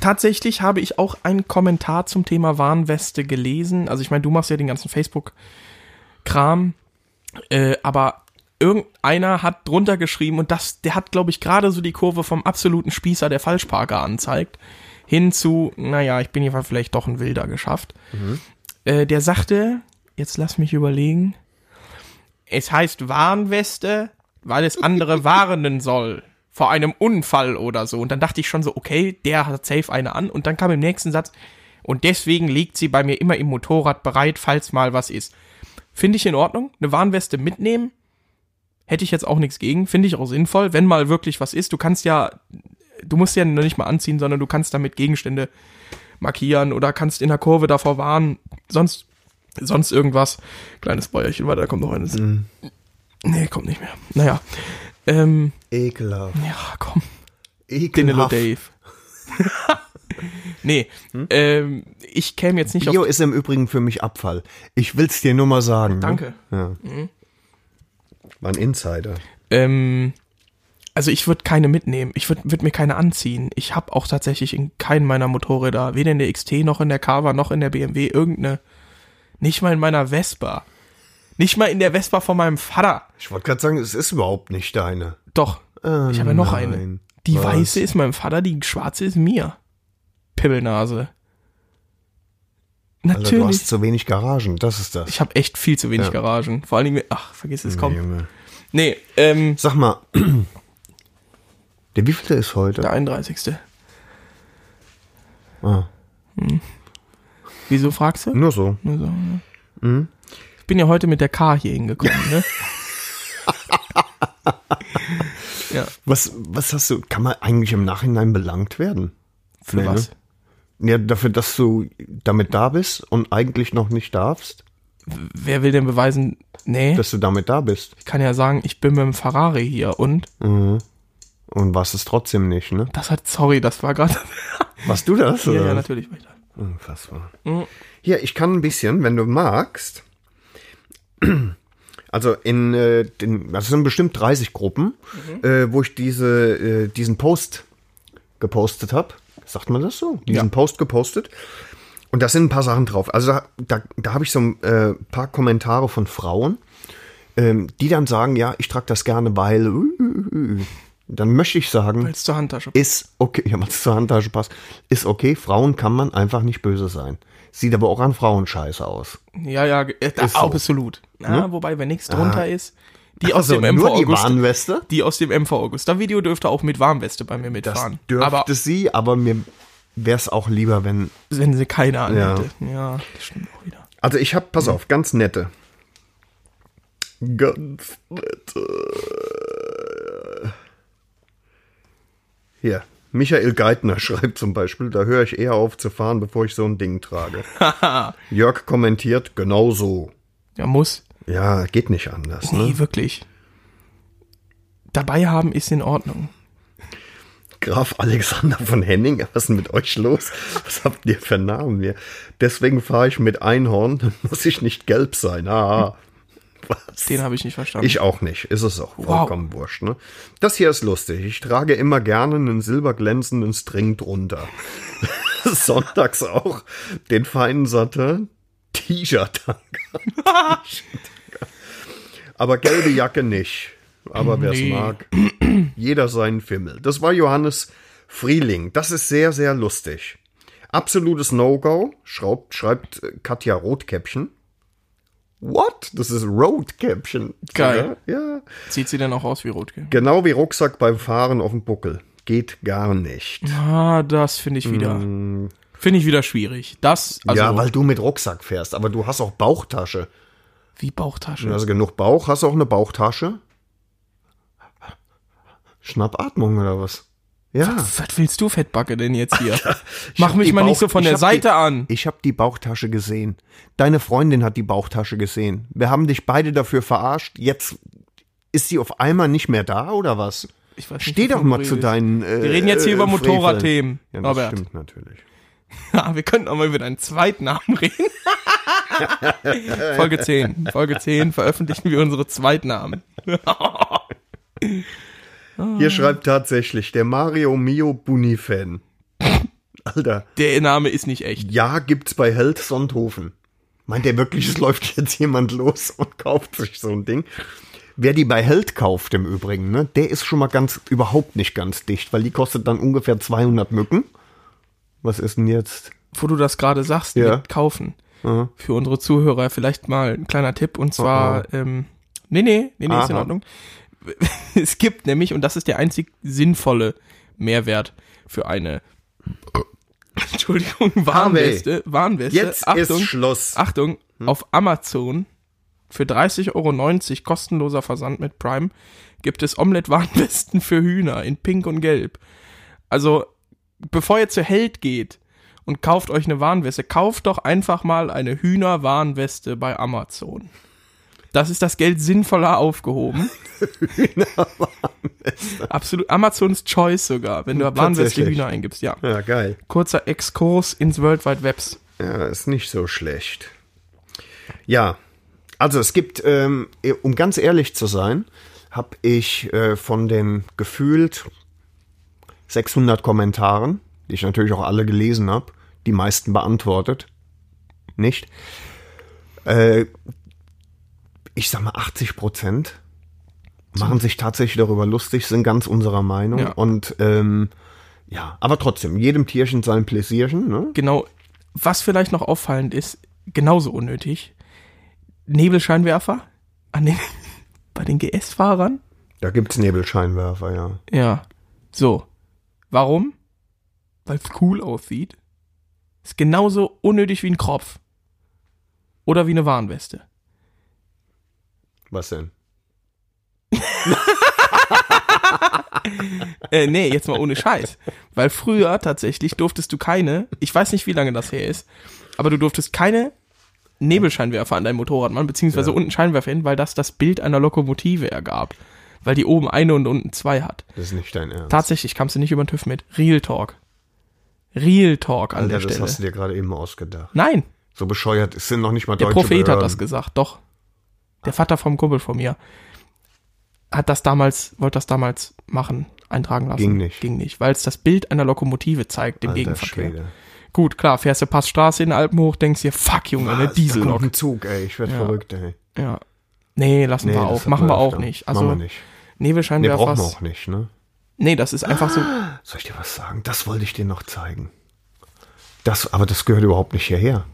Speaker 3: tatsächlich habe ich auch einen Kommentar zum Thema Warnweste gelesen. Also ich meine, du machst ja den ganzen Facebook-Kram, äh, aber irgendeiner hat drunter geschrieben und das, der hat, glaube ich, gerade so die Kurve vom absoluten Spießer, der Falschparker anzeigt, hin zu, naja, ich bin hier vielleicht doch ein Wilder geschafft. Äh, der sagte, jetzt lass mich überlegen, es heißt Warnweste, weil es andere warnen soll. Vor einem Unfall oder so. Und dann dachte ich schon so, okay, der hat safe eine an. Und dann kam im nächsten Satz, und deswegen liegt sie bei mir immer im Motorrad bereit, falls mal was ist. Finde ich in Ordnung. Eine Warnweste mitnehmen. Hätte ich jetzt auch nichts gegen. Finde ich auch sinnvoll, wenn mal wirklich was ist. Du kannst ja, du musst ja noch nicht mal anziehen, sondern du kannst damit Gegenstände markieren oder kannst in der Kurve davor warnen. Sonst, sonst irgendwas. Kleines Bäuerchen, weiter, da kommt noch eines. Nee, kommt nicht mehr. Naja. Ähm,
Speaker 2: Ekelhaft.
Speaker 3: ja, komm.
Speaker 2: Ekelhaft.
Speaker 3: Dinelo Dave. Nee, ähm, ich käme jetzt nicht
Speaker 2: Bio
Speaker 3: auf.
Speaker 2: ist im Übrigen für mich Abfall. Ich will's dir nur mal sagen. ne?
Speaker 3: Danke.
Speaker 2: Ja. Mhm. War ein Insider.
Speaker 3: Ähm, also ich würde keine mitnehmen. Ich würde würd mir keine anziehen. Ich habe auch tatsächlich in keinem meiner Motorräder, weder in der XT noch in der Carver noch in der BMW, irgendeine. Nicht mal in meiner Vespa. Nicht mal in der Vespa von meinem Vater.
Speaker 2: Ich wollte gerade sagen, es ist überhaupt nicht deine.
Speaker 3: Doch.
Speaker 2: Äh,
Speaker 3: ich habe ja noch
Speaker 2: nein.
Speaker 3: eine. Die
Speaker 2: Was?
Speaker 3: weiße ist meinem Vater, die schwarze ist mir. Pimmelnase.
Speaker 2: Also
Speaker 3: Natürlich.
Speaker 2: du hast zu wenig Garagen, das ist das.
Speaker 3: ich habe echt viel zu wenig
Speaker 2: Ja.
Speaker 3: Garagen. Vor allen Dingen, mit- ach, vergiss es, komm.
Speaker 2: Junge.
Speaker 3: Nee, ähm,
Speaker 2: Sag mal, der wievielte ist heute?
Speaker 3: der 31.
Speaker 2: Ah,
Speaker 3: Hm.
Speaker 2: Hm.
Speaker 3: Wieso fragst du?
Speaker 2: nur so.
Speaker 3: Nur so, ne?
Speaker 2: Hm?
Speaker 3: Ich bin ja heute mit der K hier hingekommen, ne? ja,
Speaker 2: Was, was hast du, kann man eigentlich im Nachhinein belangt werden?
Speaker 3: für
Speaker 2: Nee, ne?
Speaker 3: was?
Speaker 2: Ja, dafür, dass du damit da bist und eigentlich noch nicht darfst,
Speaker 3: Wer will denn beweisen, nee,
Speaker 2: dass du damit da bist.
Speaker 3: ich kann ja sagen, ich bin mit dem Ferrari hier und
Speaker 2: Und warst es trotzdem nicht, ne?
Speaker 3: das hat, sorry, das war gerade.
Speaker 2: Warst du das?
Speaker 3: ja,
Speaker 2: oder?
Speaker 3: ja, natürlich. war ich da.
Speaker 2: Unfassbar. Hier, ich kann ein bisschen, wenn du magst. Also in äh, den, das sind bestimmt 30 Gruppen, äh, wo ich diese, äh, diesen Post gepostet habe. Sagt man das so? Diesen
Speaker 3: Ja.
Speaker 2: Post gepostet. Und da sind ein paar Sachen drauf. Also da, da, da habe ich so ein äh, paar Kommentare von Frauen, ähm, die dann sagen, ja, ich trage das gerne, weil... äh, äh, äh. Dann möchte ich sagen,
Speaker 3: Als zur Handtasche.
Speaker 2: ist okay, ja, was zur Handtasche passt, ist okay, Frauen kann man einfach nicht böse sein. Sieht aber auch an Frauen scheiße aus.
Speaker 3: Ja, ja, äh,
Speaker 2: Ist so. Ne? Ah.
Speaker 3: absolut. Na, Wobei, wenn nichts drunter ist, die aus
Speaker 2: Also,
Speaker 3: dem MV
Speaker 2: nur die
Speaker 3: Augusta,
Speaker 2: Warnweste?
Speaker 3: die aus dem MV Augusta Video dürfte auch mit Warmweste bei mir
Speaker 2: Das
Speaker 3: mitfahren.
Speaker 2: dürfte
Speaker 3: Aber
Speaker 2: sie, aber mir wäre es auch lieber, wenn.
Speaker 3: wenn sie keine
Speaker 2: Ja.
Speaker 3: anhätte. Ja. ja, das stimmt auch wieder.
Speaker 2: Also ich habe, pass auf, ganz nette. Ganz nette. Hier, Michael Geithner schreibt zum Beispiel, da höre ich eher auf zu fahren, bevor ich so ein Ding trage. Jörg kommentiert, genau so.
Speaker 3: Ja, muss.
Speaker 2: Ja, geht nicht anders. Ne?
Speaker 3: Nee, wirklich. Dabei haben ist in Ordnung.
Speaker 2: Graf Alexander von Henning, was ist denn mit euch los? Was habt ihr für Namen hier? Deswegen fahre ich mit Einhorn, dann muss ich nicht gelb sein. Ah, was?
Speaker 3: Den habe ich nicht verstanden.
Speaker 2: Ich auch nicht. Ist es auch vollkommen wurscht, ne? Das hier ist lustig. Ich trage immer gerne einen silberglänzenden String drunter. Sonntags auch den feinen Satin T-Shirt-Tanga. Aber gelbe Jacke nicht. Aber wer es
Speaker 3: Nee.
Speaker 2: mag, jeder seinen Fimmel. Das war Johannes Frieling. Das ist sehr, sehr lustig. Absolutes No-Go, schreibt, schreibt äh, Katja Rotkäppchen. What? Das ist Rotkäppchen.
Speaker 3: Geil.
Speaker 2: Ja.
Speaker 3: Sieht sie denn auch aus wie Rotke?
Speaker 2: Genau wie Rucksack beim Fahren auf dem Buckel. Geht gar nicht.
Speaker 3: Ah, das finde ich wieder. Finde ich wieder schwierig. Das, also,
Speaker 2: Mm. ja, weil du mit Rucksack fährst, aber du hast auch Bauchtasche.
Speaker 3: wie Bauchtasche.
Speaker 2: Du hast genug Bauch, hast auch eine Bauchtasche. Schnappatmung oder was? Ja.
Speaker 3: Was willst du, Fettbacke, denn jetzt hier? Mach
Speaker 2: hab
Speaker 3: mich
Speaker 2: die
Speaker 3: mal
Speaker 2: Bauch-
Speaker 3: nicht so von
Speaker 2: ich
Speaker 3: der
Speaker 2: hab
Speaker 3: Seite
Speaker 2: die,
Speaker 3: an.
Speaker 2: Ich habe die Bauchtasche gesehen. Deine Freundin hat die Bauchtasche gesehen. Wir haben dich beide dafür verarscht. Jetzt ist sie auf einmal nicht mehr da oder was?
Speaker 3: Ich weiß nicht,
Speaker 2: Steh doch
Speaker 3: wovon
Speaker 2: mal
Speaker 3: du
Speaker 2: zu
Speaker 3: redest.
Speaker 2: deinen. Äh,
Speaker 3: Wir reden jetzt hier
Speaker 2: äh,
Speaker 3: über
Speaker 2: Freveln.
Speaker 3: Motorradthemen,
Speaker 2: Ja, das
Speaker 3: Norbert.
Speaker 2: stimmt natürlich.
Speaker 3: Ja, wir könnten auch mal über deinen zweiten Namen reden. Folge 10. Folge 10 veröffentlichen wir unsere zweiten Namen.
Speaker 2: Hier schreibt tatsächlich der Mario Mio Bunny-Fan. Alter,
Speaker 3: Der Name ist nicht echt.
Speaker 2: ja gibt's bei Held Sonthofen. Meint er wirklich, es läuft jetzt jemand los und kauft sich so ein Ding? Wer die bei Held kauft im Übrigen, ne, der ist schon mal ganz, überhaupt nicht ganz dicht, weil die kostet dann ungefähr 200 Mücken. Was ist denn jetzt?
Speaker 3: wo du das gerade sagst,
Speaker 2: Ja.
Speaker 3: mit kaufen. Für unsere Zuhörer vielleicht mal ein kleiner Tipp und zwar, ähm, nee, nee, nee, nee, ist in
Speaker 2: Oh, Aha.
Speaker 3: Ordnung. Es gibt nämlich, und das ist der einzig sinnvolle Mehrwert für eine, Entschuldigung, Warnweste, Warnweste,
Speaker 2: Jetzt
Speaker 3: Äh,
Speaker 2: Hm?
Speaker 3: Achtung,
Speaker 2: ist Schluss.
Speaker 3: Achtung, auf Amazon für 30,90 Euro kostenloser Versand mit Prime gibt es Omelette-Warnwesten für Hühner in Pink und Gelb. Also, bevor ihr zu Held geht und kauft euch eine Warnweste, kauft doch einfach mal eine Hühner-Warnweste bei Amazon. Das ist das Geld sinnvoller aufgehoben. Absolut. Amazons Choice sogar, wenn du Warnweste
Speaker 2: Hm, Tatsächlich.
Speaker 3: Hühner eingibst, ja.
Speaker 2: Ja, geil.
Speaker 3: Kurzer Exkurs ins World Wide Webs.
Speaker 2: Ja, ist nicht so schlecht. Ja, also es gibt, ähm, um ganz ehrlich zu sein, habe ich äh, von den gefühlt 600 Kommentaren, die ich natürlich auch alle gelesen habe, die meisten beantwortet, nicht? Äh, ich sag mal 80 Prozent machen sich tatsächlich darüber lustig, sind ganz unserer Meinung
Speaker 3: Ja.
Speaker 2: und ähm, ja, aber trotzdem, jedem Tierchen sein Pläsierchen, ne?
Speaker 3: Genau. Was vielleicht noch auffallend ist, genauso unnötig, Nebelscheinwerfer an den, bei den GS-Fahrern.
Speaker 2: Da gibt's Nebelscheinwerfer, ja.
Speaker 3: Ja. So. Warum? Weil es cool aussieht. Ist genauso unnötig wie ein Kropf. Oder wie eine Warnweste.
Speaker 2: Was denn?
Speaker 3: Äh, nee, jetzt mal ohne Scheiß. Weil früher tatsächlich durftest du keine, ich weiß nicht, wie lange das her ist, aber du durftest keine Nebelscheinwerfer an deinem Motorrad machen, beziehungsweise unten Scheinwerfer hin, weil das das Bild einer Lokomotive ergab. Weil die oben eine und unten zwei hat.
Speaker 2: Das ist nicht dein Ernst.
Speaker 3: Tatsächlich kamst du nicht über den TÜV mit. Real Talk. Real Talk an
Speaker 2: Alter,
Speaker 3: der
Speaker 2: das
Speaker 3: Stelle.
Speaker 2: hast du dir gerade eben ausgedacht.
Speaker 3: Nein,
Speaker 2: So bescheuert, es sind noch nicht mal
Speaker 3: der
Speaker 2: deutsche
Speaker 3: Prophet
Speaker 2: Behörden.
Speaker 3: hat das gesagt, doch. Der Vater vom Kumpel von mir hat das damals, wollte das damals machen, eintragen lassen.
Speaker 2: Ging nicht.
Speaker 3: Ging nicht, weil es das Bild einer Lokomotive zeigt im
Speaker 2: Alter
Speaker 3: Gegenverkehr.
Speaker 2: Schwede.
Speaker 3: Gut, klar, fährst du Passstraße in den Alpen hoch, denkst dir, fuck Junge, eine
Speaker 2: Was? Da Ah, kommt
Speaker 3: Diesellok.
Speaker 2: ein Zug, ey. Ich werd verrückt, ey.
Speaker 3: Ja. Nee, lassen wir
Speaker 2: das
Speaker 3: auch.
Speaker 2: hatten
Speaker 3: Machen wir auch
Speaker 2: öfter.
Speaker 3: nicht. Also,
Speaker 2: ne? Machen wir nicht. Nee,
Speaker 3: Nebelscheinwerfer.
Speaker 2: brauchen wir auch nicht, Ah. ne?
Speaker 3: nee, das ist einfach so.
Speaker 2: Soll ich dir was sagen? Das wollte ich dir noch zeigen. Das, aber das gehört überhaupt nicht hierher.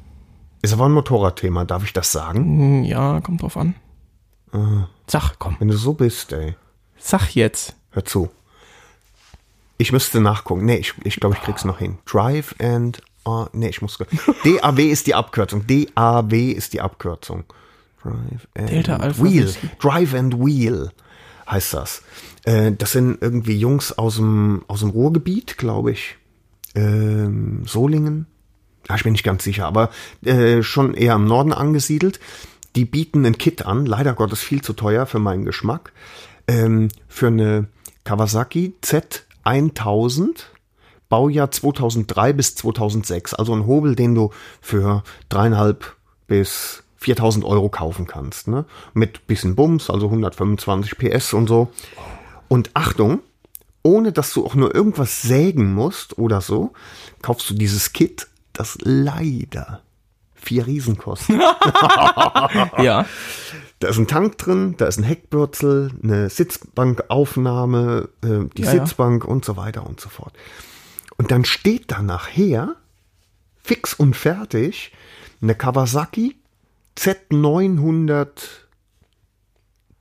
Speaker 2: Ist aber ein Motorradthema, darf ich das sagen?
Speaker 3: Hm, Ja, kommt drauf an.
Speaker 2: Ah.
Speaker 3: Sag, komm.
Speaker 2: Wenn du so bist, ey.
Speaker 3: Sag jetzt.
Speaker 2: Hör zu. Ich müsste nachgucken. Nee, ich, ich glaube, ich krieg's noch hin. Drive and. Uh, nee, ich muss. DAW ist die Abkürzung. DAW ist die Abkürzung. Drive and
Speaker 3: Delta Alpha
Speaker 2: Wheel.
Speaker 3: Whiskey.
Speaker 2: Drive and Wheel heißt das. Äh, das sind irgendwie Jungs aus dem, aus dem Ruhrgebiet, glaube ich. Ähm, Solingen. Ja, ich bin nicht ganz sicher, aber äh, schon eher im Norden angesiedelt. Die bieten ein Kit an, leider Gottes viel zu teuer für meinen Geschmack, ähm, für eine Kawasaki Z1000, Baujahr 2003 bis 2006. Also ein Hobel, den du für dreieinhalb bis 4000 Euro kaufen kannst. Ne? Mit bisschen Bums, also 125 PS und so. Und Achtung, ohne dass du auch nur irgendwas sägen musst oder so, kaufst du dieses Kit, das leider vier Riesen kostet. Ah.
Speaker 3: Ja.
Speaker 2: Da ist ein Tank drin, da ist ein Heckbürzel, eine Sitzbankaufnahme, äh, die
Speaker 3: Ja, ja.
Speaker 2: Sitzbank und so weiter und so fort. Und dann steht da nachher, fix und fertig, eine Kawasaki Z900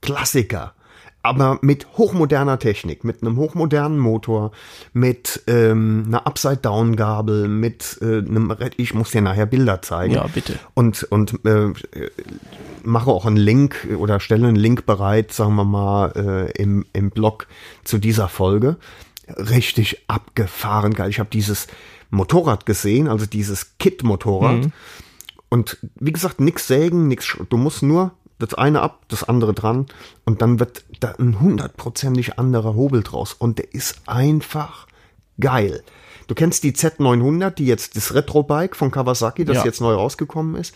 Speaker 2: Klassiker. Aber mit hochmoderner Technik, mit einem hochmodernen Motor, mit ähm, einer Upside-Down-Gabel, mit äh, einem, Re- ich muss dir nachher Bilder zeigen.
Speaker 3: Ja, bitte.
Speaker 2: Und, und äh, mache auch einen Link oder stelle einen Link bereit, sagen wir mal, äh, im, im Blog zu dieser Folge. Richtig abgefahren, geil. Ich habe dieses Motorrad gesehen, also dieses Kit-Motorrad. Und wie gesagt, nix sägen, nix, sch- du musst nur das eine ab, das andere dran und dann wird da ein hundertprozentig anderer Hobel draus und der ist einfach geil. Du kennst die Z900, die jetzt das Retro-Bike von Kawasaki, das
Speaker 3: Ja.
Speaker 2: jetzt neu rausgekommen ist.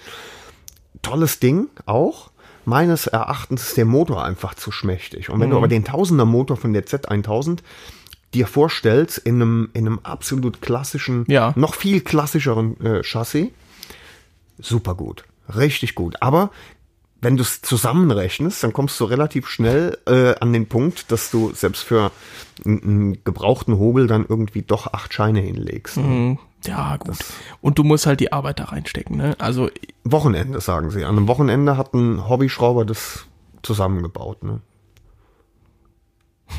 Speaker 2: Tolles Ding auch. Meines Erachtens ist der Motor einfach zu schmächtig. Und wenn du aber den Tausender-Motor von der Z1000 dir vorstellst, in einem, in einem absolut klassischen,
Speaker 3: Ja.
Speaker 2: noch viel klassischeren äh, Chassis, super gut. Richtig gut. Aber wenn du es zusammenrechnest, dann kommst du relativ schnell äh, an den Punkt, dass du selbst für einen- einen gebrauchten Hobel dann irgendwie doch acht Scheine hinlegst.
Speaker 3: Hm, Ja, gut. Und du musst halt die Arbeit da reinstecken, ne? Also,
Speaker 2: Wochenende, sagen sie. An einem Wochenende hat ein Hobbyschrauber das zusammengebaut. Ne?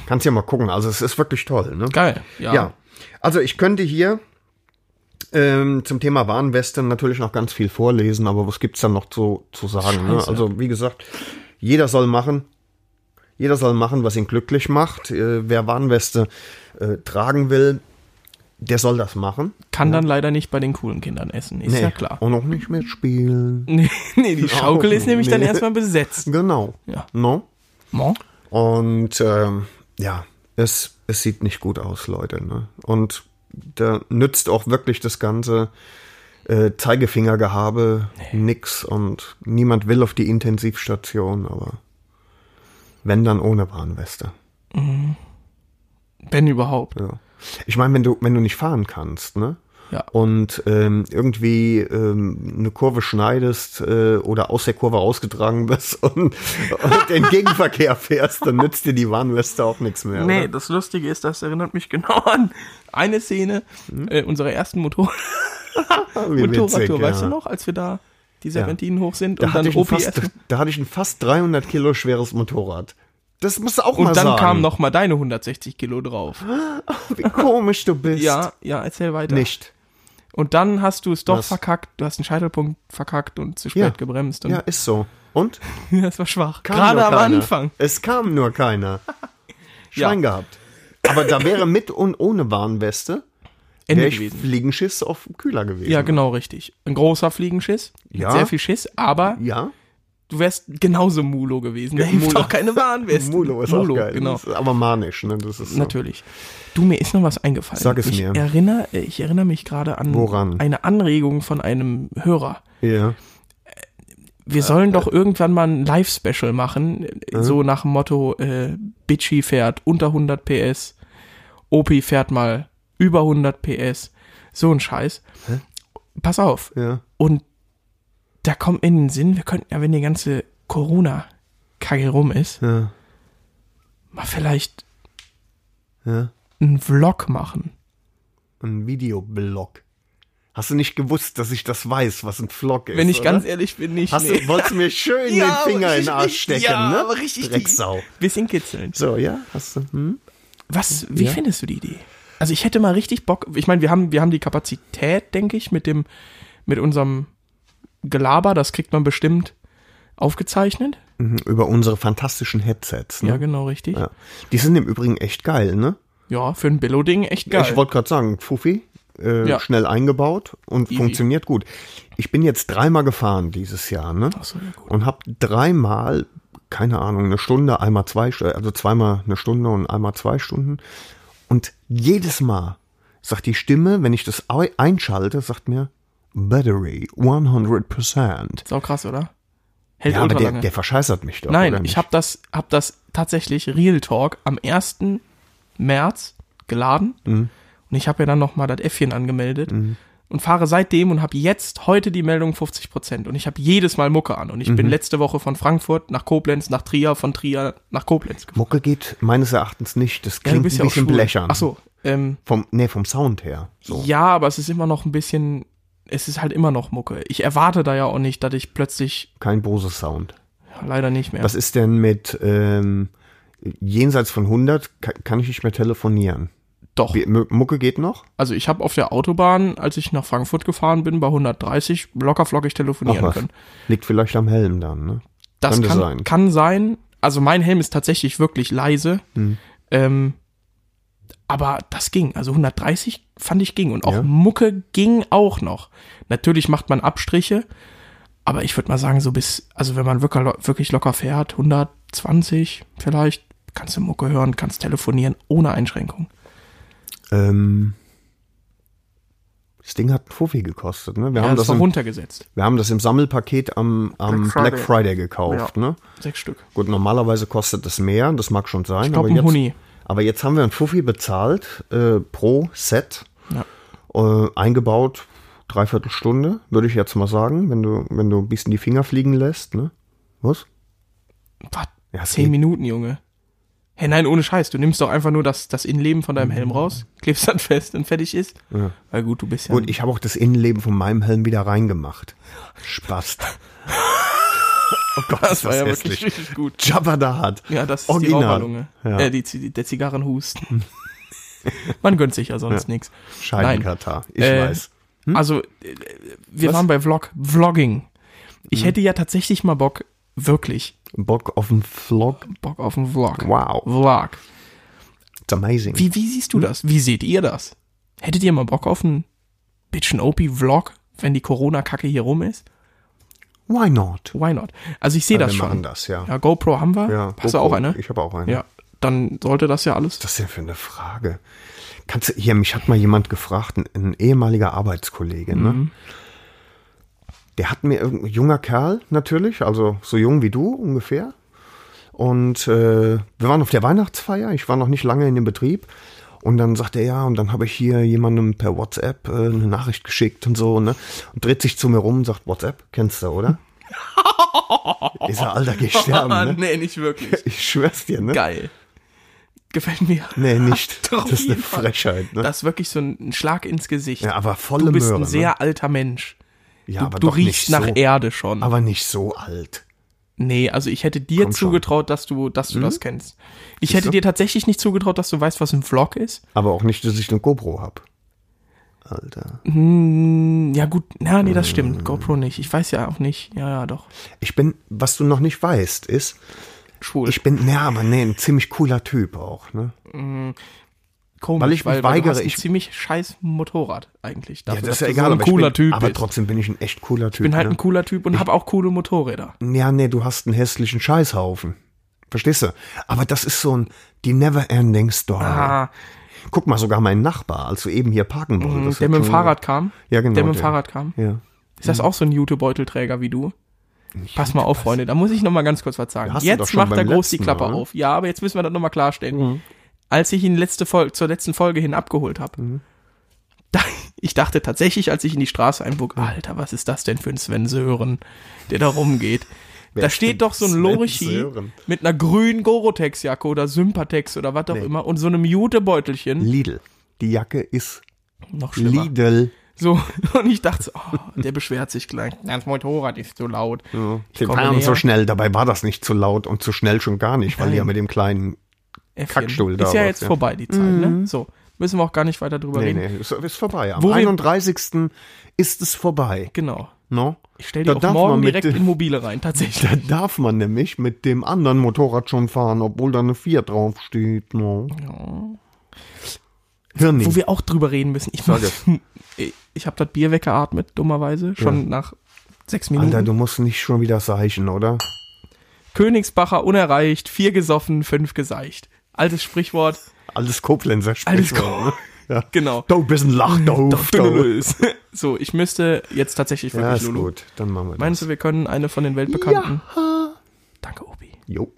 Speaker 2: Kannst ja mal gucken. Also es ist wirklich toll. Ne?
Speaker 3: geil. Ja.
Speaker 2: Ja. Also ich könnte hier ähm, zum Thema Warnweste natürlich noch ganz viel vorlesen, aber was gibt's dann noch zu, zu sagen? Ne?
Speaker 3: Scheiße.
Speaker 2: Also wie gesagt, jeder soll machen. Jeder soll machen, was ihn glücklich macht. Äh, wer Warnweste äh, tragen will, Der soll das machen.
Speaker 3: Kann dann leider nicht bei den coolen Kindern essen, ist ja klar.
Speaker 2: Und auch nicht mitspielen.
Speaker 3: Nee, nee, die Schaukel ist nämlich dann
Speaker 2: Oh, Nee.
Speaker 3: erstmal besetzt.
Speaker 2: Genau.
Speaker 3: Ja.
Speaker 2: No?
Speaker 3: Mon?
Speaker 2: Und ähm, ja, es, es sieht nicht gut aus, Leute. Ne? Und da nützt auch wirklich das ganze äh, Zeigefingergehabe nix und niemand will auf die Intensivstation, aber wenn dann ohne Warnweste.
Speaker 3: Wenn überhaupt.
Speaker 2: Ja. Ich meine, wenn du, wenn du nicht fahren kannst, ne?
Speaker 3: Ja.
Speaker 2: Und ähm, irgendwie ähm, eine Kurve schneidest äh, oder aus der Kurve rausgedrang bist und, und den Gegenverkehr fährst, dann nützt dir die Warnweste auch nichts mehr.
Speaker 3: Nee,
Speaker 2: Oder?
Speaker 3: das Lustige ist, das erinnert mich genau an eine Szene äh, unserer ersten Motor
Speaker 2: Hm? Wie witzig,
Speaker 3: Motorradtour,
Speaker 2: ja.
Speaker 3: weißt du noch, als wir da die Serpentinen hoch sind
Speaker 2: Da
Speaker 3: und dann
Speaker 2: hatte, ich ein
Speaker 3: Opi
Speaker 2: fast,
Speaker 3: essen.
Speaker 2: da hatte ich ein fast 300 Kilo schweres Motorrad. Das musst du auch mal
Speaker 3: Und dann
Speaker 2: sagen.
Speaker 3: kamen noch mal deine 160 Kilo drauf.
Speaker 2: Wie komisch du bist.
Speaker 3: Ja, ja, erzähl weiter.
Speaker 2: Nicht.
Speaker 3: Und dann hast du es doch
Speaker 2: Was?
Speaker 3: verkackt, du hast einen Scheitelpunkt verkackt und zu spät
Speaker 2: Ja.
Speaker 3: gebremst. Und
Speaker 2: Ja, ist so. Und?
Speaker 3: das war schwach.
Speaker 2: Kam
Speaker 3: Gerade
Speaker 2: nur
Speaker 3: am
Speaker 2: keiner.
Speaker 3: Anfang.
Speaker 2: Es kam nur keiner.
Speaker 3: Ja.
Speaker 2: Schwein gehabt. Aber da wäre mit und ohne Warnweste
Speaker 3: Ende
Speaker 2: wäre ich
Speaker 3: gewesen.
Speaker 2: Fliegenschiss auf dem Kühler gewesen.
Speaker 3: Ja, genau richtig. Ein großer Fliegenschiss,
Speaker 2: Ja.
Speaker 3: mit sehr viel Schiss, aber
Speaker 2: Ja,
Speaker 3: du wärst genauso Mulo gewesen. Da hilft
Speaker 2: Mulo.
Speaker 3: auch keine Warnweste.
Speaker 2: Mulo ist auch geil.
Speaker 3: Genau.
Speaker 2: Das ist aber manisch, ne? Das ist so.
Speaker 3: Natürlich. Du, mir ist noch was eingefallen.
Speaker 2: Sag es
Speaker 3: ich
Speaker 2: mir.
Speaker 3: Erinnere, ich erinnere mich gerade an
Speaker 2: Woran?
Speaker 3: eine Anregung von einem Hörer.
Speaker 2: Ja.
Speaker 3: Wir
Speaker 2: Äh,
Speaker 3: sollen doch irgendwann mal ein Live-Special machen, so nach dem Motto, äh, Bitchy fährt unter 100 PS, Opi fährt mal über 100 PS, so ein Scheiß. Pass auf.
Speaker 2: Ja.
Speaker 3: Und da kommt mir in den Sinn, wir könnten ja, wenn die ganze Corona-Kacke rum ist,
Speaker 2: Ja.
Speaker 3: mal vielleicht
Speaker 2: Ja.
Speaker 3: einen Vlog machen.
Speaker 2: Ein Videoblog. Hast du nicht gewusst, dass ich das weiß, was ein Vlog ist?
Speaker 3: Wenn ich
Speaker 2: oder?
Speaker 3: ganz ehrlich bin, nicht.
Speaker 2: Hast du, wolltest du mir schön
Speaker 3: Ja,
Speaker 2: den Finger
Speaker 3: aber
Speaker 2: in
Speaker 3: richtig-
Speaker 2: den Arsch stecken,
Speaker 3: ja,
Speaker 2: ne?
Speaker 3: aber richtig die-
Speaker 2: Drecksau.
Speaker 3: Bisschen kitzeln.
Speaker 2: So, ja, hast du. Hm?
Speaker 3: Was, wie
Speaker 2: Ja.
Speaker 3: findest du die Idee? Also ich hätte mal richtig Bock, ich meine, wir haben, wir haben die Kapazität, denke ich, mit dem, mit unserem Gelaber, das kriegt man bestimmt aufgezeichnet.
Speaker 2: Mhm, Über unsere fantastischen Headsets, ne?
Speaker 3: Ja, genau, richtig. Ja,
Speaker 2: Ja. Die sind im Übrigen echt geil, ne?
Speaker 3: für ein Billo-Ding echt geil.
Speaker 2: Ich wollte gerade sagen, Fuffi, äh,
Speaker 3: Ja.
Speaker 2: schnell eingebaut und funktioniert gut. Ich bin jetzt dreimal gefahren dieses Jahr, ne?
Speaker 3: Ach so, ja, gut.
Speaker 2: Und habe dreimal, keine Ahnung, eine Stunde, einmal zwei, Stu- also zweimal eine Stunde und einmal zwei Stunden. Und jedes Mal sagt die Stimme, wenn ich das au- einschalte, sagt mir, Battery 100%.
Speaker 3: Sau krass, oder? Hält
Speaker 2: Ja, aber
Speaker 3: ultra
Speaker 2: der,
Speaker 3: lange.
Speaker 2: der verscheißert mich doch. oder
Speaker 3: Nein,
Speaker 2: nicht?
Speaker 3: ich habe das, hab das tatsächlich Real Talk am 1. März geladen
Speaker 2: Mhm.
Speaker 3: und ich habe ja dann nochmal das Äffchen angemeldet und fahre seitdem und habe jetzt heute die Meldung 50 Prozent und ich habe jedes Mal Mucke an und ich
Speaker 2: Mhm.
Speaker 3: bin letzte Woche von Frankfurt nach Koblenz, nach Trier, von Trier nach Koblenz gefahren.
Speaker 2: Mucke geht meines Erachtens nicht. Das klingt ein bisschen
Speaker 3: schwul.
Speaker 2: blechern.
Speaker 3: Ach so, ähm,
Speaker 2: Vom, nee, vom Sound her. So.
Speaker 3: ja, aber es ist immer noch ein bisschen, es ist halt immer noch Mucke. Ich erwarte da ja auch nicht, dass ich plötzlich,
Speaker 2: Kein Bose-Sound.
Speaker 3: ja, leider nicht mehr.
Speaker 2: Was ist denn mit ähm, jenseits von 100 kann, kann ich nicht mehr telefonieren?
Speaker 3: Doch.
Speaker 2: Wie, M- Mucke geht noch?
Speaker 3: Also ich habe auf der Autobahn, als ich nach Frankfurt gefahren bin, bei 130 lockerflockig
Speaker 2: Ach
Speaker 3: telefonieren
Speaker 2: was.
Speaker 3: können.
Speaker 2: Liegt vielleicht am Helm dann, ne?
Speaker 3: Das
Speaker 2: Könnte
Speaker 3: kann
Speaker 2: sein.
Speaker 3: sein. kann sein. Also mein Helm ist tatsächlich wirklich leise. Ähm, aber das ging. Also 130 fand ich ging. Und auch
Speaker 2: Ja.
Speaker 3: Mucke ging auch noch. Natürlich macht man Abstriche. Aber ich würde mal sagen, so bis, also wenn man wirklich, wirklich locker fährt, 120 vielleicht, kannst du Mucke hören, kannst telefonieren, ohne Einschränkung.
Speaker 2: Ähm, das Ding hat einen Fuffi gekostet, ne? Wir,
Speaker 3: Ja,
Speaker 2: haben,
Speaker 3: das
Speaker 2: das
Speaker 3: war
Speaker 2: im,
Speaker 3: runtergesetzt.
Speaker 2: wir haben das im Sammelpaket am, am
Speaker 3: Black Friday.
Speaker 2: Black Friday gekauft,
Speaker 3: Ja.
Speaker 2: ne?
Speaker 3: Sechs Stück.
Speaker 2: Gut, normalerweise kostet das mehr, das mag schon sein.
Speaker 3: glaub,
Speaker 2: aber,
Speaker 3: ein
Speaker 2: jetzt,
Speaker 3: Huni.
Speaker 2: aber jetzt haben wir einen Fuffi bezahlt äh, pro Set.
Speaker 3: Ja.
Speaker 2: äh, eingebaut, dreiviertel Stunde, würde ich jetzt mal sagen, wenn du, wenn du ein bisschen die Finger fliegen lässt, ne? Was?
Speaker 3: Was?
Speaker 2: Ja, es
Speaker 3: Zehn
Speaker 2: geht.
Speaker 3: Minuten, Junge. Hey, nein, ohne Scheiß. Du nimmst doch einfach nur das, das Innenleben von deinem Helm raus, klebst dann fest und fertig ist. Weil gut, du bist ja.
Speaker 2: Gut, ich habe auch das Innenleben von meinem Helm wieder reingemacht. Spaß. oh Gott,
Speaker 3: das war
Speaker 2: das
Speaker 3: ja
Speaker 2: hässlich.
Speaker 3: wirklich richtig gut.
Speaker 2: Jabba da hat.
Speaker 3: Ja, das ist
Speaker 2: Original.
Speaker 3: die Raucherlunge.
Speaker 2: Ja. Hm.
Speaker 3: Äh, die, Zi- der Zigarrenhusten. Man gönnt sich ja sonst nix. nichts.
Speaker 2: Scheidenkatar, ich
Speaker 3: Äh,
Speaker 2: weiß. Hm?
Speaker 3: Also, äh, wir waren bei Vlog. Vlogging. Ich
Speaker 2: Hm.
Speaker 3: hätte ja tatsächlich mal Bock, wirklich
Speaker 2: Bock auf den Vlog.
Speaker 3: Bock auf einen Vlog.
Speaker 2: Wow,
Speaker 3: Vlog.
Speaker 2: it's amazing.
Speaker 3: Wie, wie siehst du das? Wie seht ihr das? hättet ihr mal Bock auf einen Bitchin' OP-Vlog, wenn die Corona-Kacke hier rum ist?
Speaker 2: Why not?
Speaker 3: Why not? Also ich sehe das
Speaker 2: wir machen
Speaker 3: schon.
Speaker 2: das, ja.
Speaker 3: Ja, GoPro haben wir.
Speaker 2: Ja,
Speaker 3: Hast du
Speaker 2: GoPro.
Speaker 3: auch eine?
Speaker 2: Ich habe auch eine.
Speaker 3: Ja, dann sollte das ja alles.
Speaker 2: Was ist das denn für eine Frage? Kannst du, hier, mich hat mal jemand gefragt, ein, ein ehemaliger Arbeitskollege,
Speaker 3: Mhm.
Speaker 2: ne? Der hat mir irgendein junger Kerl natürlich, also so jung wie du ungefähr. Und äh, wir waren auf der Weihnachtsfeier, ich war noch nicht lange in dem Betrieb. Und dann sagt er, ja, und dann habe ich hier jemandem per WhatsApp äh, eine Nachricht geschickt und so, ne? Und dreht sich zu mir rum und sagt, WhatsApp, kennst du, oder? ich sag, Alter, geh sterben, ne?
Speaker 3: Ah, nee, nicht wirklich.
Speaker 2: Ich schwör's dir, ne?
Speaker 3: Geil. Gefällt mir.
Speaker 2: Nee, nicht.
Speaker 3: Doch, auf
Speaker 2: das ist eine
Speaker 3: jeden Fall.
Speaker 2: Frechheit, ne?
Speaker 3: Das ist wirklich so ein ein Schlag ins Gesicht.
Speaker 2: Ja, aber volle
Speaker 3: du bist
Speaker 2: Möhre.
Speaker 3: ein sehr
Speaker 2: ne?
Speaker 3: alter Mensch.
Speaker 2: ja,
Speaker 3: Du,
Speaker 2: aber
Speaker 3: du
Speaker 2: doch
Speaker 3: riechst
Speaker 2: nicht
Speaker 3: nach
Speaker 2: so,
Speaker 3: Erde schon.
Speaker 2: Aber nicht so alt.
Speaker 3: nee, also ich hätte dir
Speaker 2: Komm schon. Mhm.
Speaker 3: zugetraut, dass du, dass du das kennst. Ich hätte
Speaker 2: du?
Speaker 3: dir tatsächlich nicht zugetraut, dass du weißt, was ein Vlog ist.
Speaker 2: Aber auch nicht, dass ich eine GoPro hab. Alter.
Speaker 3: Hm, ja gut, na nee, das
Speaker 2: Äh.
Speaker 3: stimmt. GoPro nicht. Ich weiß ja auch nicht. Ja, ja, doch.
Speaker 2: Ich bin, was du noch nicht weißt, ist,
Speaker 3: Schwul.
Speaker 2: ich bin, naja, aber nee, ein ziemlich cooler Typ auch, ne?
Speaker 3: Komisch,
Speaker 2: weil ich mich
Speaker 3: du
Speaker 2: weigere,
Speaker 3: hast ein
Speaker 2: ich-
Speaker 3: ziemlich scheiß Motorrad eigentlich.
Speaker 2: Ja,
Speaker 3: Dafür,
Speaker 2: Also das ist
Speaker 3: dass du
Speaker 2: ja egal,
Speaker 3: So ein
Speaker 2: aber
Speaker 3: cooler
Speaker 2: ich bin,
Speaker 3: Typ.
Speaker 2: Aber
Speaker 3: bist.
Speaker 2: trotzdem bin ich ein echt cooler Typ.
Speaker 3: Ich bin halt
Speaker 2: ne?
Speaker 3: ein cooler Typ und habe auch coole Motorräder.
Speaker 2: Ja, nee, du hast einen hässlichen Scheißhaufen. Verstehst du? Aber das ist so ein, die never ending story.
Speaker 3: Ah,
Speaker 2: Guck mal, sogar mein Nachbar, als du eben hier parken wolltest.
Speaker 3: der
Speaker 2: hat
Speaker 3: mit dem
Speaker 2: schon-
Speaker 3: Fahrrad kam.
Speaker 2: Ja, genau,
Speaker 3: Der mit dem
Speaker 2: der.
Speaker 3: Fahrrad kam.
Speaker 2: Ja.
Speaker 3: Ist
Speaker 2: Hm.
Speaker 3: das auch so ein Jutebeutelträger wie du? Pass mal auf, Freunde, da muss ich noch mal ganz kurz was sagen.
Speaker 2: Hast du doch
Speaker 3: Jetzt
Speaker 2: schon
Speaker 3: macht er
Speaker 2: beim
Speaker 3: groß die
Speaker 2: letzten
Speaker 3: Klappe
Speaker 2: Mal, Mhm. ne?
Speaker 3: auf. Ja, aber jetzt müssen wir das noch mal klarstellen. Als ich ihn letzte Fol zur letzten Folge hin abgeholt habe,
Speaker 2: Mhm.
Speaker 3: da, ich dachte tatsächlich, als ich in die Straße einbog, Alter, was ist das denn für ein Sven Sören, der da rumgeht? da
Speaker 2: ist denn
Speaker 3: steht doch so ein
Speaker 2: Sven
Speaker 3: Lorichi
Speaker 2: Sören?
Speaker 3: mit einer grünen Gorotex-Jacke oder Sympatex oder was auch immer und so einem Jutebeutelchen.
Speaker 2: Lidl. Die Jacke ist
Speaker 3: Noch schlimmer.
Speaker 2: Lidl.
Speaker 3: So, und ich dachte, so, oh, der beschwert sich gleich. Das Motorrad ist so laut.
Speaker 2: Den
Speaker 3: komme
Speaker 2: Fahren
Speaker 3: näher.
Speaker 2: so schnell, dabei war das nicht zu laut und zu schnell schon gar nicht, weil die ja mit dem kleinen.
Speaker 3: Äffchen.
Speaker 2: Kackstuhl
Speaker 3: Ist
Speaker 2: da
Speaker 3: ja
Speaker 2: was,
Speaker 3: jetzt
Speaker 2: ja.
Speaker 3: vorbei, die Zeit, ne? So, müssen wir auch gar nicht weiter drüber
Speaker 2: Nee,
Speaker 3: reden.
Speaker 2: nee, ist, ist vorbei. Am
Speaker 3: Worin-
Speaker 2: 31. ist es vorbei.
Speaker 3: Genau.
Speaker 2: No?
Speaker 3: Ich stell
Speaker 2: Da
Speaker 3: dir auch
Speaker 2: darf man
Speaker 3: morgen
Speaker 2: mit
Speaker 3: direkt
Speaker 2: dem-
Speaker 3: in mobile rein, tatsächlich.
Speaker 2: Da darf man nämlich mit dem anderen Motorrad schon fahren, obwohl da eine 4 draufsteht. No? Hirni.
Speaker 3: Wo wir auch drüber reden müssen. Ich, muss, ich habe das Bier weggeatmet, dummerweise, schon nach sechs Minuten.
Speaker 2: Alter, du musst nicht schon wieder seichen, oder?
Speaker 3: Königsbacher unerreicht, vier gesoffen, fünf geseicht. Altes Sprichwort.
Speaker 2: Alles Koblenzer
Speaker 3: Alles
Speaker 2: Sprichwort, ne? Ja.
Speaker 3: Genau.
Speaker 2: Du bist ein Lachdorf. du.
Speaker 3: so, ich müsste jetzt tatsächlich
Speaker 2: Ja,
Speaker 3: wirklich
Speaker 2: ist
Speaker 3: Lulu.
Speaker 2: gut. Dann machen wir das.
Speaker 3: Meinst du, wir können eine von den weltbekannten? Danke, Obi.
Speaker 2: Jo.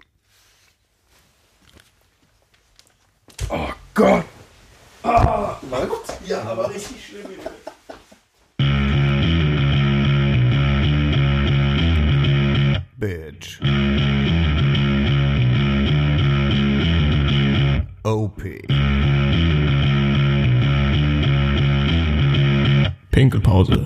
Speaker 3: Gott.
Speaker 1: Bitch. OP.
Speaker 3: Pinkelpause.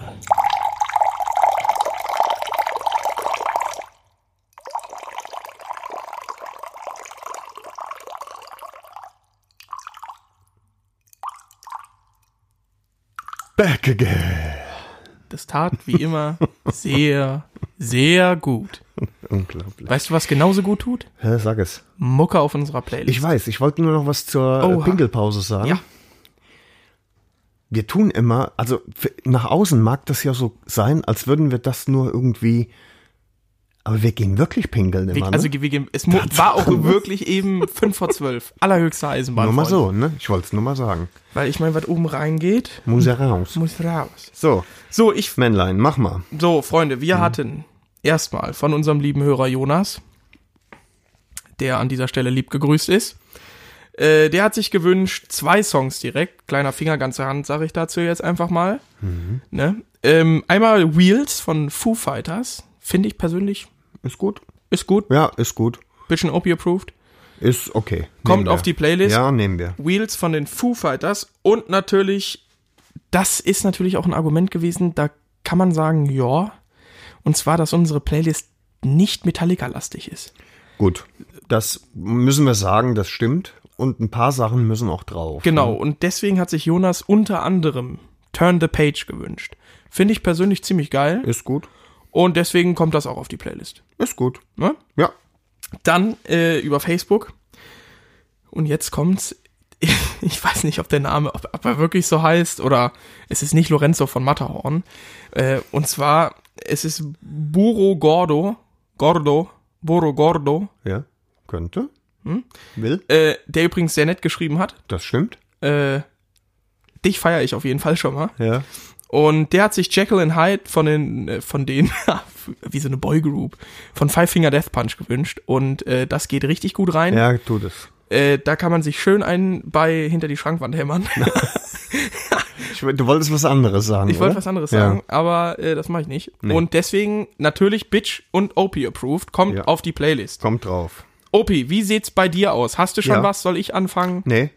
Speaker 2: Back again.
Speaker 3: Das tat wie immer sehr, sehr gut.
Speaker 2: Unglaublich.
Speaker 3: Weißt du, was genauso gut tut?
Speaker 2: Hä, sag es.
Speaker 3: Mucke auf unserer Playlist.
Speaker 2: Ich weiß, ich wollte nur noch was zur
Speaker 3: Oha.
Speaker 2: äh, Pinkelpause sagen.
Speaker 3: Ja.
Speaker 2: Wir tun immer, also f- nach außen mag das ja so sein, als würden wir das nur irgendwie. Aber wir gehen wirklich pinkeln
Speaker 3: Wir,
Speaker 2: immer.
Speaker 3: also
Speaker 2: ne?
Speaker 3: wir gehen- es mu- war auch wirklich eben 5 vor 12. Allerhöchste Eisenbahn.
Speaker 2: Nur mal
Speaker 3: Freunde.
Speaker 2: so, ne? Ich wollte es nur mal sagen.
Speaker 3: Weil ich meine, was oben reingeht,
Speaker 2: Muss ja raus.
Speaker 3: muss raus.
Speaker 2: So,
Speaker 3: So, ich.
Speaker 2: Männlein, mach mal.
Speaker 3: So, Freunde, wir hatten erstmal von unserem lieben Hörer Jonas, der an dieser Stelle lieb gegrüßt ist. Äh, der hat sich gewünscht, zwei Songs direkt. Kleiner Finger, ganze Hand, sage ich dazu jetzt einfach mal. Ne? Ähm, einmal Wheels von Foo Fighters. Finde ich persönlich,
Speaker 2: Ist gut?
Speaker 3: ist gut.
Speaker 2: Ja, ist gut.
Speaker 3: Bisschen OP-approved.
Speaker 2: Ist okay.
Speaker 3: Kommt
Speaker 2: Nehmen
Speaker 3: auf
Speaker 2: wir.
Speaker 3: die Playlist.
Speaker 2: Ja, nehmen wir.
Speaker 3: Wheels von den Foo Fighters und natürlich, das ist natürlich auch ein Argument gewesen, da kann man sagen, ja, und zwar, dass unsere Playlist nicht Metallica-lastig ist.
Speaker 2: Gut. Das müssen wir sagen, das stimmt. Und ein paar Sachen müssen auch drauf.
Speaker 3: Genau, und deswegen hat sich Jonas unter anderem Turn the Page gewünscht. Finde ich persönlich ziemlich geil
Speaker 2: Ist gut.
Speaker 3: und deswegen kommt das auch auf die Playlist.
Speaker 2: Ist gut.
Speaker 3: Ne?
Speaker 2: Ja.
Speaker 3: Dann äh, über Facebook. Und jetzt kommt's. ich weiß nicht, ob der Name, ob, ob er wirklich so heißt oder es ist nicht Lorenzo von Matterhorn. Äh, und zwar, es ist Buro Gordo, Gordo, Buro Gordo,
Speaker 2: Ja, könnte. Will.
Speaker 3: äh, der übrigens sehr nett geschrieben hat.
Speaker 2: Das stimmt.
Speaker 3: Äh, dich feiere ich auf jeden Fall schon mal.
Speaker 2: Ja.
Speaker 3: Und der hat sich Jekyll and Hyde von den, äh, von den, wie so eine Boygroup, von Five Finger Death Punch gewünscht. Und äh, das geht richtig gut rein.
Speaker 2: Ja, tut es.
Speaker 3: Äh, da kann man sich schön einen bei hinter die Schrankwand hämmern.
Speaker 2: Ich, du wolltest was anderes sagen.
Speaker 3: Ich wollte was anderes
Speaker 2: Ja.
Speaker 3: sagen, aber äh, das mache ich nicht. Und deswegen natürlich Bitch und OP approved kommt
Speaker 2: Ja.
Speaker 3: auf die Playlist.
Speaker 2: Kommt drauf.
Speaker 3: OP, wie sieht's bei dir aus? Hast du schon
Speaker 2: Ja.
Speaker 3: was? Soll ich anfangen?
Speaker 2: Nee.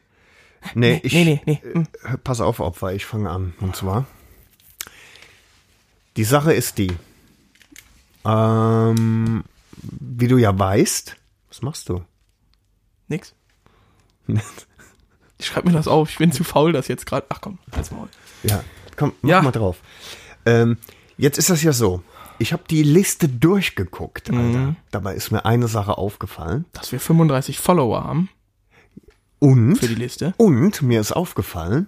Speaker 2: Nee, ich.
Speaker 3: nee, nee, nee. Hm.
Speaker 2: Äh, Pass auf, Opfer, ich fange an. Und zwar. Die Sache ist die. Ähm, wie du ja weißt. Was machst du?
Speaker 3: Nix. Ich schreib mir das auf. Ich bin zu faul, das jetzt gerade. Ach komm, halt's mal.
Speaker 2: Ja, komm, mach
Speaker 3: Ja.
Speaker 2: mal drauf. Ähm, jetzt ist das ja so. Ich habe die Liste durchgeguckt,
Speaker 3: Mhm.
Speaker 2: Alter. Dabei ist mir eine Sache aufgefallen.
Speaker 3: Dass wir 35 Follower haben
Speaker 2: Und,
Speaker 3: für die Liste.
Speaker 2: und mir ist aufgefallen,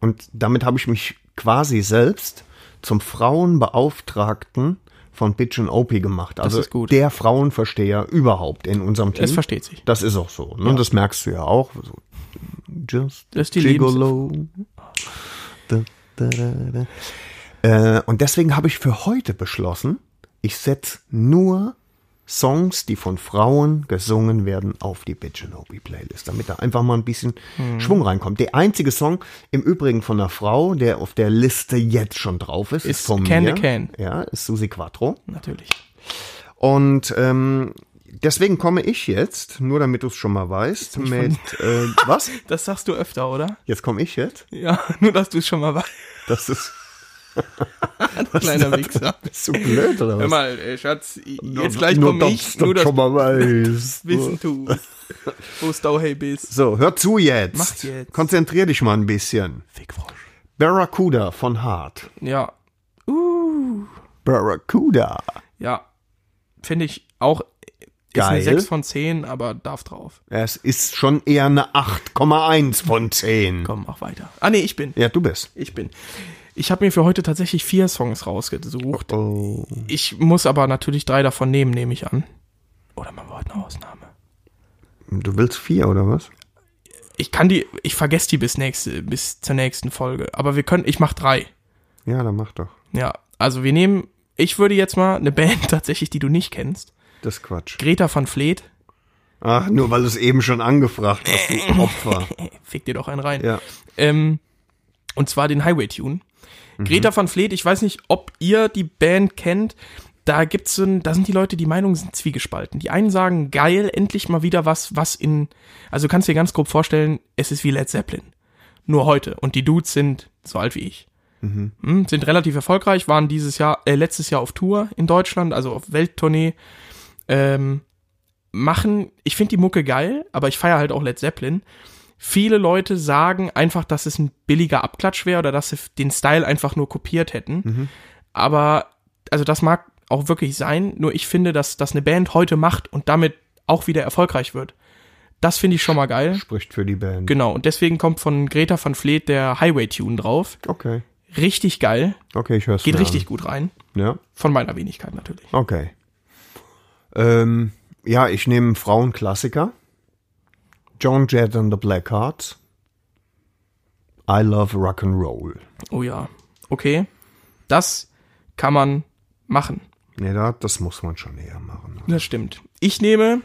Speaker 2: und damit habe ich mich quasi selbst zum Frauenbeauftragten von Bitch und OP gemacht. Also
Speaker 3: ist gut.
Speaker 2: der Frauenversteher überhaupt in unserem Team.
Speaker 3: Es versteht sich.
Speaker 2: Das ist auch so. Ne? Das merkst du ja auch. So, just
Speaker 3: Das ist die
Speaker 2: Gigolo. Da, da, da, da. Äh, und deswegen habe ich für heute beschlossen, ich setze nur Songs, die von Frauen gesungen werden, auf die Bitchinobi Playlist, damit da einfach mal ein bisschen
Speaker 3: Hm.
Speaker 2: Schwung reinkommt. Der einzige Song, im Übrigen von einer Frau, der auf der Liste jetzt schon drauf ist,
Speaker 3: Ist Can the Can.
Speaker 2: Ja, ist Susi Quattro.
Speaker 3: Natürlich.
Speaker 2: Und ähm, deswegen komme ich jetzt, nur damit du es schon mal weißt, mit äh, was?
Speaker 3: Das sagst du öfter, oder?
Speaker 2: Jetzt komme ich jetzt.
Speaker 3: Ja, nur dass du es schon mal weißt.
Speaker 2: Das ist
Speaker 3: Kleiner Wichser.
Speaker 2: bist du blöd oder
Speaker 3: Hör
Speaker 2: was?
Speaker 3: mal, äh, Schatz, i- jetzt gleich
Speaker 2: nur
Speaker 3: komm ich,
Speaker 2: dass
Speaker 3: nur
Speaker 2: du
Speaker 3: das
Speaker 2: schon mal weißt.
Speaker 3: Wissen tu. Wo du hey bist.
Speaker 2: So, hör zu jetzt.
Speaker 3: Mach jetzt.
Speaker 2: Konzentrier dich mal ein bisschen.
Speaker 3: Fickfrosch.
Speaker 2: Barracuda von Hart.
Speaker 3: Ja,
Speaker 2: Barracuda.
Speaker 3: ja. Finde ich auch. Ist
Speaker 2: Geil.
Speaker 3: eine 6 von 10, aber darf drauf.
Speaker 2: Es ist schon eher eine 8,1 von 10.
Speaker 3: Komm, mach weiter. Ah, nee, ich bin.
Speaker 2: Ja, du bist.
Speaker 3: Ich bin. Ich habe mir für heute tatsächlich vier Songs rausgesucht.
Speaker 2: Oh.
Speaker 3: Ich muss aber natürlich drei davon nehmen, nehme ich an. Oder man wollte eine Ausnahme.
Speaker 2: Du willst vier oder was?
Speaker 3: Ich kann die, ich vergesse die bis nächste, bis zur nächsten Folge. Aber wir können, ich mach drei.
Speaker 2: Ja, dann mach doch.
Speaker 3: Ja, also wir nehmen, ich würde jetzt mal eine Band tatsächlich, die du nicht kennst.
Speaker 2: Das ist Quatsch.
Speaker 3: Greta van Fleet.
Speaker 2: Ach, nur weil du es eben schon angefragt hast, du Opfer.
Speaker 3: Fick dir doch einen rein.
Speaker 2: Ja.
Speaker 3: Ähm, und zwar den Highway Tune. Greta van Fleet, ich weiß nicht, ob ihr die Band kennt. Da gibt's so ein, da sind die Leute, die Meinungen sind zwiegespalten. Die einen sagen, geil, endlich mal wieder was, was in, also kannst dir ganz grob vorstellen, es ist wie Led Zeppelin. Nur heute. Und die Dudes sind so alt wie ich. Hm, sind relativ erfolgreich, waren dieses Jahr, äh, letztes Jahr auf Tour in Deutschland, also auf Welttournee. Ähm, machen, ich finde die Mucke geil, aber ich feiere halt auch Led Zeppelin viele Leute sagen einfach, dass es ein billiger Abklatsch wäre oder dass sie f- den Style einfach nur kopiert hätten. Aber, also das mag auch wirklich sein, nur ich finde, dass, dass eine Band heute macht und damit auch wieder erfolgreich wird. Das finde ich schon mal geil.
Speaker 2: Spricht für die Band.
Speaker 3: Genau, und deswegen kommt von Greta van Fleet der Highway-Tune drauf.
Speaker 2: Okay.
Speaker 3: Richtig geil,
Speaker 2: Okay, ich hör's.
Speaker 3: geht
Speaker 2: mir
Speaker 3: richtig gut rein.
Speaker 2: An. Ja.
Speaker 3: Von meiner Wenigkeit natürlich.
Speaker 2: Okay. Ähm, ja, ich nehme Frauenklassiker. John Jett and the Blackhearts. I love Rock'n'Roll.
Speaker 3: Oh ja, okay. Das kann man machen.
Speaker 2: Ne, da, das muss man schon eher machen.
Speaker 3: Das stimmt. Ich nehme.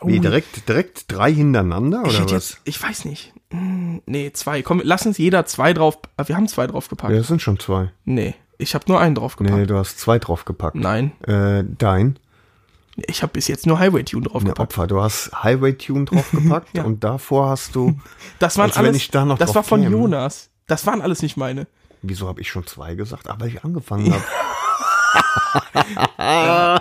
Speaker 3: Oh,
Speaker 2: Wie, direkt, direkt drei hintereinander
Speaker 3: Ich,
Speaker 2: oder
Speaker 3: hätte
Speaker 2: was?
Speaker 3: jetzt, ich weiß nicht. Hm, Nee, zwei. Komm, lass uns jeder zwei drauf. ah, Wir haben zwei draufgepackt.
Speaker 2: Ja, das sind schon zwei.
Speaker 3: Nee, ich habe nur einen draufgepackt.
Speaker 2: Nee, du hast zwei draufgepackt.
Speaker 3: Nein,
Speaker 2: Äh, dein.
Speaker 3: ich habe bis jetzt nur Highway Tune
Speaker 2: Ne,
Speaker 3: draufgepackt.
Speaker 2: Opfer, du hast Highway Tune draufgepackt und davor hast du.
Speaker 3: Das waren
Speaker 2: Als wenn
Speaker 3: alles.
Speaker 2: ich da noch
Speaker 3: das
Speaker 2: drauf
Speaker 3: war von
Speaker 2: käme.
Speaker 3: Jonas. Das waren alles nicht meine.
Speaker 2: Wieso habe ich schon zwei gesagt? Aber ich angefangen habe.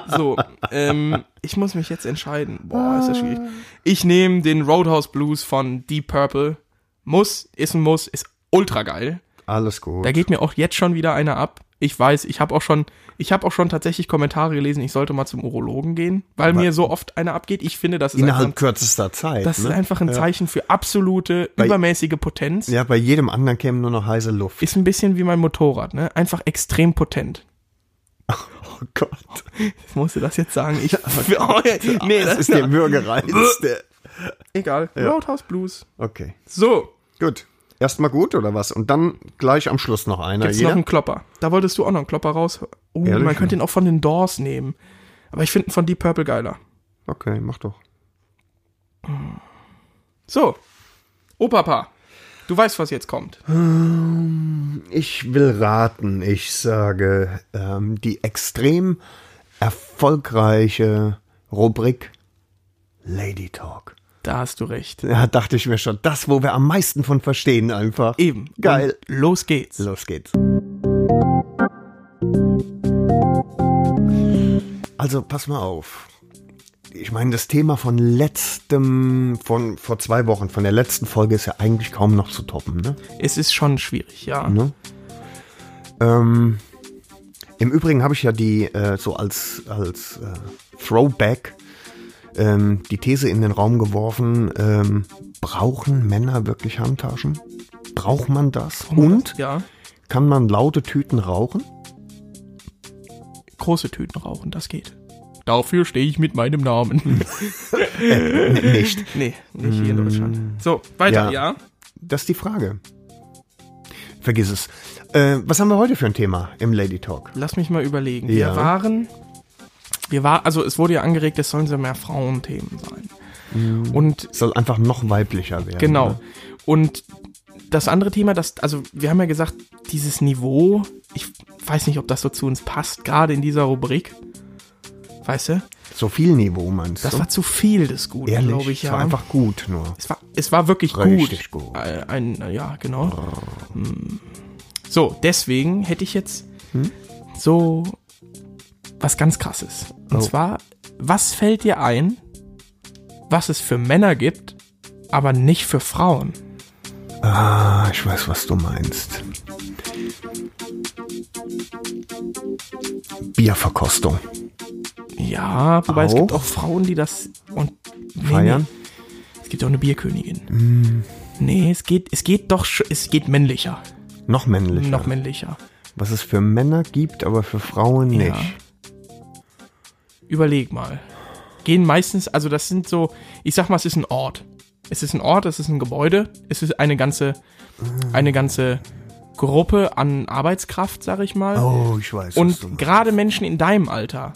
Speaker 3: So, ähm, ich muss mich jetzt entscheiden. Boah, ist das schwierig. Ich nehme den Roadhouse Blues von Deep Purple. Muss, ist ein Muss, ist ultra geil.
Speaker 2: Alles gut.
Speaker 3: Da geht mir auch jetzt schon wieder einer ab. Ich weiß, ich habe auch schon, ich habe auch schon tatsächlich Kommentare gelesen, ich sollte mal zum Urologen gehen, weil mir so oft einer abgeht. Ich finde, das ist
Speaker 2: Innerhalb
Speaker 3: einfach,
Speaker 2: kürzester Zeit.
Speaker 3: das ist
Speaker 2: ne?
Speaker 3: einfach ein Zeichen für absolute übermäßige Potenz.
Speaker 2: ja, bei jedem anderen käme nur noch heiße Luft.
Speaker 3: Ist ein bisschen wie mein Motorrad, ne? Einfach extrem potent.
Speaker 2: Oh Gott.
Speaker 3: Ich musste das jetzt sagen. Ich, oh, ja, nee,
Speaker 2: Das ist der Würgereiz. der-
Speaker 3: egal. Roadhouse Blues.
Speaker 2: Okay.
Speaker 3: So,
Speaker 2: Gut. Erstmal gut oder was? Und dann gleich am Schluss noch einer.
Speaker 3: Gibt's
Speaker 2: jeder?
Speaker 3: noch einen Klopper. Da wolltest du auch noch einen Klopper raus. Oh,
Speaker 2: Ehrlich?
Speaker 3: man könnte ihn auch von den Doors nehmen. Aber ich finde ihn von Deep Purple geiler.
Speaker 2: okay, mach doch.
Speaker 3: So. Opapa. Du weißt, was jetzt kommt.
Speaker 2: Ich will raten. Ich sage, ähm, die extrem erfolgreiche Rubrik Lady Talk.
Speaker 3: Da hast du recht.
Speaker 2: Ja, dachte ich mir schon. Das, wo wir am meisten von verstehen, einfach.
Speaker 3: Eben.
Speaker 2: Geil.
Speaker 3: Und los geht's.
Speaker 2: Los geht's. Also, pass mal auf. Ich meine, das Thema von letztem, von vor zwei Wochen, von der letzten Folge ist ja eigentlich kaum noch zu toppen, ne?
Speaker 3: Es ist schon schwierig, ja.
Speaker 2: Ne? Ähm, Im Übrigen habe ich ja die äh, so als, als äh, Throwback ähm, die These in den Raum geworfen, ähm, brauchen Männer wirklich Handtaschen? Braucht man das? Und
Speaker 3: Ja.
Speaker 2: kann man laute Tüten rauchen?
Speaker 3: Große Tüten rauchen, das geht. Dafür stehe ich mit meinem Namen.
Speaker 2: Nicht.
Speaker 3: nee, nicht hier in Deutschland. So, weiter, ja.
Speaker 2: Mm. Ja. Das ist die Frage. Vergiss es. Äh, was haben wir heute für ein Thema im Lady Talk?
Speaker 3: Lass mich mal überlegen. Wir
Speaker 2: Ja.
Speaker 3: waren. Wir war, also es wurde ja angeregt, es sollen so mehr Frauenthemen sein.
Speaker 2: Mm.
Speaker 3: Und
Speaker 2: Es soll einfach noch weiblicher werden.
Speaker 3: Genau.
Speaker 2: Ne?
Speaker 3: Und das andere Thema, das, also wir haben ja gesagt, dieses Niveau, ich weiß nicht, ob das so zu uns passt, gerade in dieser Rubrik. Weißt du?
Speaker 2: So viel Niveau meinst
Speaker 3: Das
Speaker 2: du?
Speaker 3: war zu viel des Guten,
Speaker 2: Ehrlich,
Speaker 3: glaube ich,
Speaker 2: es
Speaker 3: ja.
Speaker 2: war einfach gut nur.
Speaker 3: es, war, es war wirklich
Speaker 2: Richtig
Speaker 3: gut.
Speaker 2: gut.
Speaker 3: Äh, Ein, äh, ja, genau. Hm. So, deswegen hätte ich jetzt
Speaker 2: Hm?
Speaker 3: so was ganz krasses. Und
Speaker 2: Oh.
Speaker 3: zwar, was fällt dir ein, was es für Männer gibt, aber nicht für Frauen?
Speaker 2: Ah, ich weiß, was du meinst. Bierverkostung.
Speaker 3: Ja, wobei es
Speaker 2: Auch?
Speaker 3: gibt auch Frauen, die das und nee,
Speaker 2: Feiern? Hm.
Speaker 3: Nee, es gibt auch eine Bierkönigin. Nee, es geht, es geht doch, sch- es geht männlicher,
Speaker 2: Noch männlicher.
Speaker 3: noch männlicher.
Speaker 2: was es für Männer gibt, aber für Frauen
Speaker 3: Ja.
Speaker 2: nicht.
Speaker 3: Überleg mal. Gehen meistens, also das sind so, ich sag mal, es ist ein Ort. Es ist ein Ort, es ist ein Gebäude, es ist eine ganze, eine ganze Gruppe an Arbeitskraft, sag ich mal.
Speaker 2: Oh, ich weiß. was du
Speaker 3: Und
Speaker 2: meinst.
Speaker 3: gerade Menschen in deinem Alter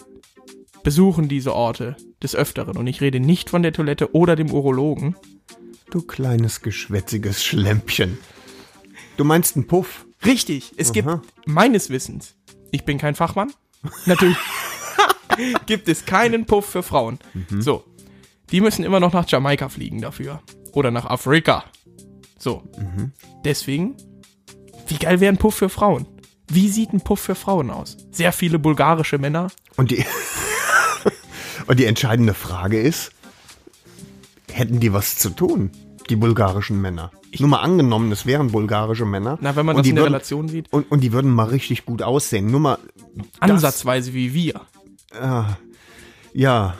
Speaker 3: besuchen diese Orte des Öfteren. Und ich rede nicht von der Toilette oder dem Urologen.
Speaker 2: du kleines geschwätziges Schlämpchen. Du meinst einen Puff?
Speaker 3: Richtig, es
Speaker 2: Aha.
Speaker 3: gibt meines Wissens, ich bin kein Fachmann, natürlich gibt es keinen Puff für Frauen.
Speaker 2: Mhm.
Speaker 3: So, die müssen immer noch nach Jamaika fliegen dafür oder nach Afrika. So,
Speaker 2: Mhm.
Speaker 3: deswegen, wie geil wäre ein Puff für Frauen? Wie sieht ein Puff für Frauen aus? Sehr viele bulgarische Männer.
Speaker 2: Und die, und die entscheidende Frage ist, hätten die was zu tun, die bulgarischen Männer? Nur mal angenommen, es wären bulgarische Männer.
Speaker 3: Na, wenn man
Speaker 2: und
Speaker 3: das
Speaker 2: die
Speaker 3: in der
Speaker 2: würden,
Speaker 3: Relation sieht,
Speaker 2: und, und die würden mal richtig gut aussehen. Nur mal,
Speaker 3: ansatzweise wie wir.
Speaker 2: ja.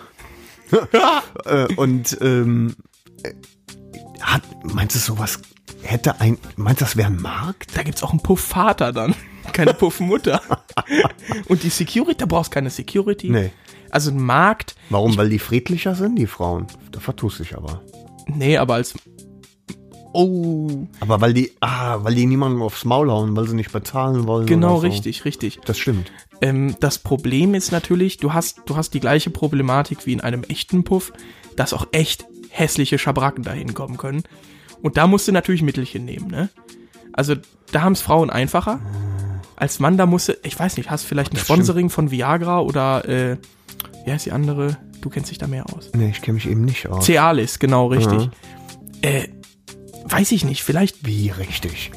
Speaker 2: Äh, und ähm, äh, hat, meinst du sowas, hätte ein, meinst du, das wäre ein Markt?
Speaker 3: Da gibt's auch einen Puff-Vater dann. Keine Puff-Mutter. Und die Security, da brauchst keine Security.
Speaker 2: Nee.
Speaker 3: Also ein Markt,
Speaker 2: Warum? Weil die friedlicher sind, die Frauen. Da vertust ich aber.
Speaker 3: Nee, aber als. Oh,
Speaker 2: Aber weil die, ah, weil die niemandem aufs Maul hauen, weil sie nicht bezahlen wollen.
Speaker 3: genau
Speaker 2: oder so.
Speaker 3: richtig, richtig.
Speaker 2: Das stimmt.
Speaker 3: Ähm, das Problem ist natürlich, du hast, du hast die gleiche Problematik wie in einem echten Puff, dass auch echt hässliche Schabracken dahin kommen können. Und da musst du natürlich Mittelchen nehmen, ne? Also, da haben's Frauen einfacher. Als Mann, da musst du, ich weiß nicht, hast vielleicht ein
Speaker 2: Das
Speaker 3: Sponsoring von Viagra oder, äh, wie heißt die andere? Du kennst dich da mehr aus.
Speaker 2: Nee, ich kenne mich eben nicht aus.
Speaker 3: Cialis, genau, richtig.
Speaker 2: Mhm.
Speaker 3: Äh, weiß ich nicht, vielleicht
Speaker 2: Wie richtig?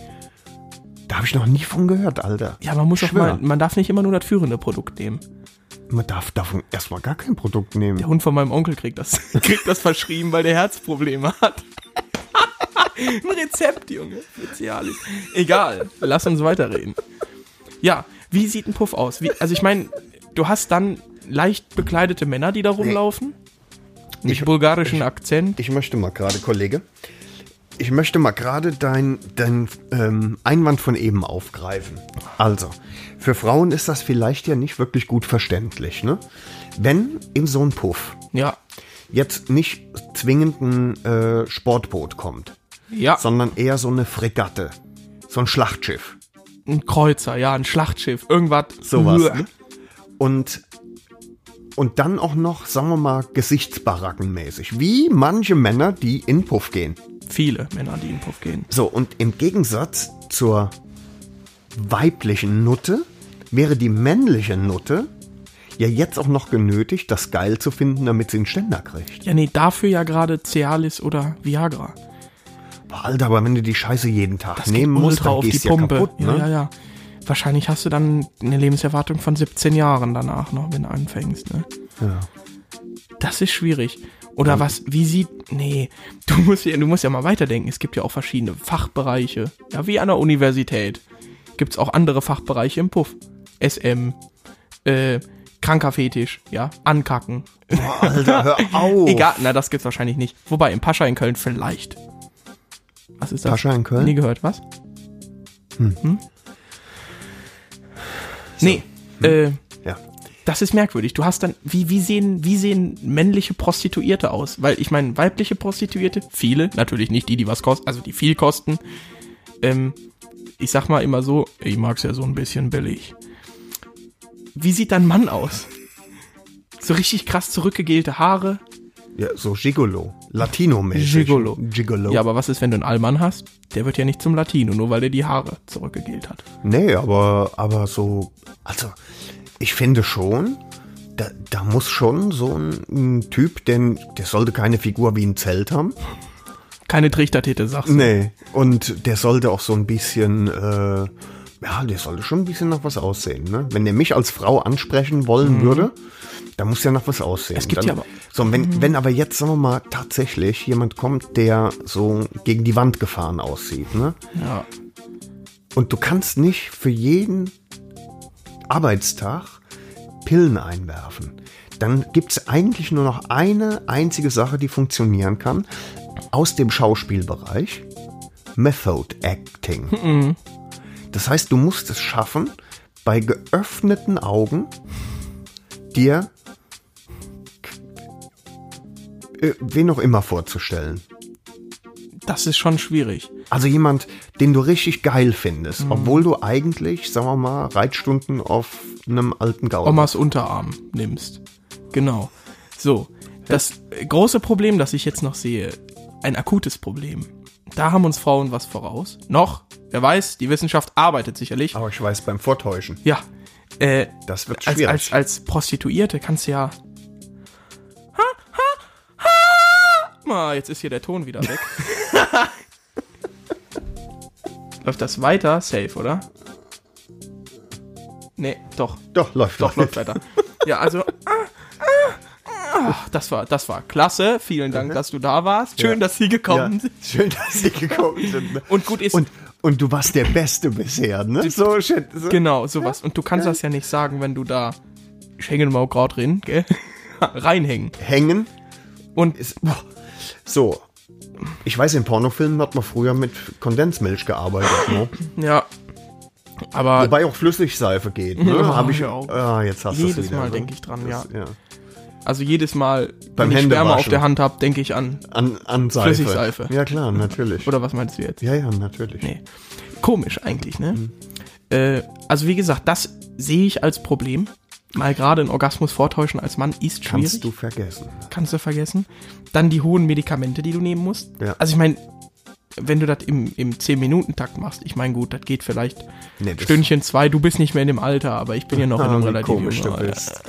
Speaker 2: Da habe ich noch nie von gehört, Alter.
Speaker 3: Ja, man muss auch
Speaker 2: Schwör.
Speaker 3: mal, man darf nicht immer nur das führende Produkt nehmen.
Speaker 2: Man darf davon erstmal gar kein Produkt nehmen.
Speaker 3: Der Hund von meinem Onkel kriegt das, kriegt das verschrieben, weil der Herzprobleme hat. Ein Rezept, Junge. Spezialis. Egal, lass uns weiterreden. Ja, Wie sieht ein Puff aus? Wie, also ich meine, du hast dann leicht bekleidete Männer, die da rumlaufen. Mit
Speaker 2: Ich-
Speaker 3: bulgarischen Akzent.
Speaker 2: Ich möchte mal gerade, Kollege, ich möchte mal gerade deinen dein, ähm, Einwand von eben aufgreifen. Also, für Frauen ist das vielleicht ja nicht wirklich gut verständlich, ne? Wenn in so ein Puff
Speaker 3: Ja.
Speaker 2: jetzt nicht zwingend ein äh, Sportboot kommt,
Speaker 3: Ja.
Speaker 2: sondern eher so eine Fregatte, so ein Schlachtschiff.
Speaker 3: Ein Kreuzer, ja, ein Schlachtschiff, irgendwas.
Speaker 2: sowas.
Speaker 3: Uah.
Speaker 2: Ne? Und, und dann auch noch, sagen wir mal, gesichtsbarackenmäßig. Wie manche Männer, die in Puff gehen.
Speaker 3: Viele Männer, die in den Puff gehen.
Speaker 2: So, und im Gegensatz zur weiblichen Nutte wäre die männliche Nutte ja jetzt auch noch genötigt, das geil zu finden, damit sie einen Ständer kriegt.
Speaker 3: Ja, nee, dafür ja gerade Cialis oder Viagra.
Speaker 2: Boah, Alter, aber wenn du die Scheiße jeden Tag
Speaker 3: Das
Speaker 2: nehmen
Speaker 3: geht
Speaker 2: musst,
Speaker 3: ultra
Speaker 2: dann
Speaker 3: auf
Speaker 2: gehst
Speaker 3: die
Speaker 2: du ja
Speaker 3: Pumpe.
Speaker 2: kaputt, ne?
Speaker 3: ja, ja, ja. Wahrscheinlich hast du dann eine Lebenserwartung von 17 Jahren danach noch, wenn du anfängst, ne?
Speaker 2: Ja.
Speaker 3: Das ist schwierig. Oder was, wie sieht, nee, du musst, ja, du musst ja mal weiterdenken. Es gibt ja auch verschiedene Fachbereiche. Ja, wie an der Universität. Gibt es auch andere Fachbereiche im Puff. SM, äh, kranker Fetisch, ja, ankacken.
Speaker 2: Boah, Alter, hör auf.
Speaker 3: Egal, na, das gibt's wahrscheinlich nicht. Wobei, im Pascha in Köln vielleicht. Was ist das?
Speaker 2: Pascha in Köln? Hm.
Speaker 3: Nie gehört, was? Hm. Nee,
Speaker 2: Hm.
Speaker 3: äh,
Speaker 2: Ja.
Speaker 3: das ist merkwürdig. Du hast dann, wie, wie, sehen, wie sehen männliche Prostituierte aus? Weil ich meine, weibliche Prostituierte, viele, natürlich nicht die, die was kosten, also die viel kosten. Ähm, ich sag mal immer so, ich mag's ja so ein bisschen billig. Wie sieht dein Mann aus? So richtig krass zurückgegelte Haare.
Speaker 2: ja, so Gigolo. Latino-mäßig.
Speaker 3: Gigolo.
Speaker 2: Gigolo.
Speaker 3: Ja, aber was ist, wenn du einen Allmann hast? Der wird ja nicht zum Latino, nur weil er die Haare zurückgegelt hat.
Speaker 2: Nee, aber, aber so, also ich finde schon, da, da muss schon so ein, ein Typ, denn der sollte keine Figur wie ein Zelt haben.
Speaker 3: Keine Trichtertete, sagst du.
Speaker 2: Nee. Und der sollte auch so ein bisschen, äh, ja, der sollte schon ein bisschen nach was aussehen. Ne? Wenn der mich als Frau ansprechen wollen würde, dann muss ja nach was aussehen.
Speaker 3: Mhm. Es gibt
Speaker 2: dann,
Speaker 3: ja aber- Mhm.
Speaker 2: so, wenn, wenn aber jetzt, sagen wir mal, tatsächlich jemand kommt, der so gegen die Wand gefahren aussieht, ne?
Speaker 3: Ja.
Speaker 2: Und du kannst nicht für jeden Arbeitstag Pillen einwerfen. Dann gibt's eigentlich nur noch eine einzige Sache, die funktionieren kann aus dem Schauspielbereich. Method Acting. Das heißt, du musst es schaffen, bei geöffneten Augen dir äh, wen auch immer vorzustellen.
Speaker 3: Das ist schon schwierig.
Speaker 2: Also jemand, den du richtig geil findest,
Speaker 3: Mhm.
Speaker 2: obwohl du eigentlich, sagen wir mal, Reitstunden auf einem alten Gaul.
Speaker 3: Omas Unterarm nimmst. Genau. So. Das äh, große Problem, das ich jetzt noch sehe, ein akutes Problem. Da haben uns Frauen was voraus. Noch, wer weiß, die Wissenschaft arbeitet sicherlich.
Speaker 2: Aber ich weiß, beim Vortäuschen,
Speaker 3: Ja. Äh,
Speaker 2: das wird
Speaker 3: als,
Speaker 2: schwierig.
Speaker 3: als, als Prostituierte kannst du ja. Ah, jetzt ist hier der Ton wieder weg. läuft das weiter? Safe, oder? Nee, doch.
Speaker 2: doch, läuft.
Speaker 3: Doch, läuft weiter. Ja, also. ah, ah, ah, Das war, das war klasse. Vielen Dank, dass du da warst. Schön, dass Sie gekommen
Speaker 2: Ja,
Speaker 3: sind.
Speaker 2: schön, dass sie gekommen sind. ne?
Speaker 3: Und gut ist-
Speaker 2: Und, und du warst der Beste bisher, ne? So shit. So.
Speaker 3: Genau, sowas. Und du kannst das ja nicht sagen, wenn du da Schengenmau-Kraut drin, gell? Reinhängen.
Speaker 2: Hängen.
Speaker 3: Und
Speaker 2: Ist, boah. So. Ich weiß, in Pornofilmen hat man früher mit Kondensmilch gearbeitet, ne?
Speaker 3: Ja. Aber
Speaker 2: Wobei auch Flüssigseife geht, ne?
Speaker 3: Ja,
Speaker 2: Hab ich
Speaker 3: ja auch.
Speaker 2: Ah, jetzt hast du
Speaker 3: jedes
Speaker 2: wieder,
Speaker 3: Mal
Speaker 2: ne?
Speaker 3: denke ich dran, ja.
Speaker 2: Ja.
Speaker 3: Also jedes Mal,
Speaker 2: Beim
Speaker 3: wenn ich Sperma auf
Speaker 2: Händewaschen.
Speaker 3: der Hand habe, denke ich an.
Speaker 2: An, an Seife.
Speaker 3: Flüssigseife.
Speaker 2: Ja, klar, natürlich.
Speaker 3: Oder was meinst du jetzt?
Speaker 2: Ja, ja, natürlich.
Speaker 3: Nee. Komisch eigentlich, ne?
Speaker 2: Mhm.
Speaker 3: Äh, also wie gesagt, das sehe ich als Problem. Mal gerade einen Orgasmus vortäuschen als Mann ist schwierig.
Speaker 2: Kannst du vergessen.
Speaker 3: kannst du vergessen. Dann die hohen Medikamente, die du nehmen musst.
Speaker 2: Ja.
Speaker 3: Also ich meine, wenn du das im, im 10-Minuten-Takt machst, ich meine, gut, das geht vielleicht
Speaker 2: Nee, das- Ah,
Speaker 3: Stündchen zwei, du bist nicht mehr in dem Alter, aber ich bin ja noch in einem
Speaker 2: wie
Speaker 3: relativ
Speaker 2: komisch
Speaker 3: jungen
Speaker 2: du
Speaker 3: Alter.
Speaker 2: bist.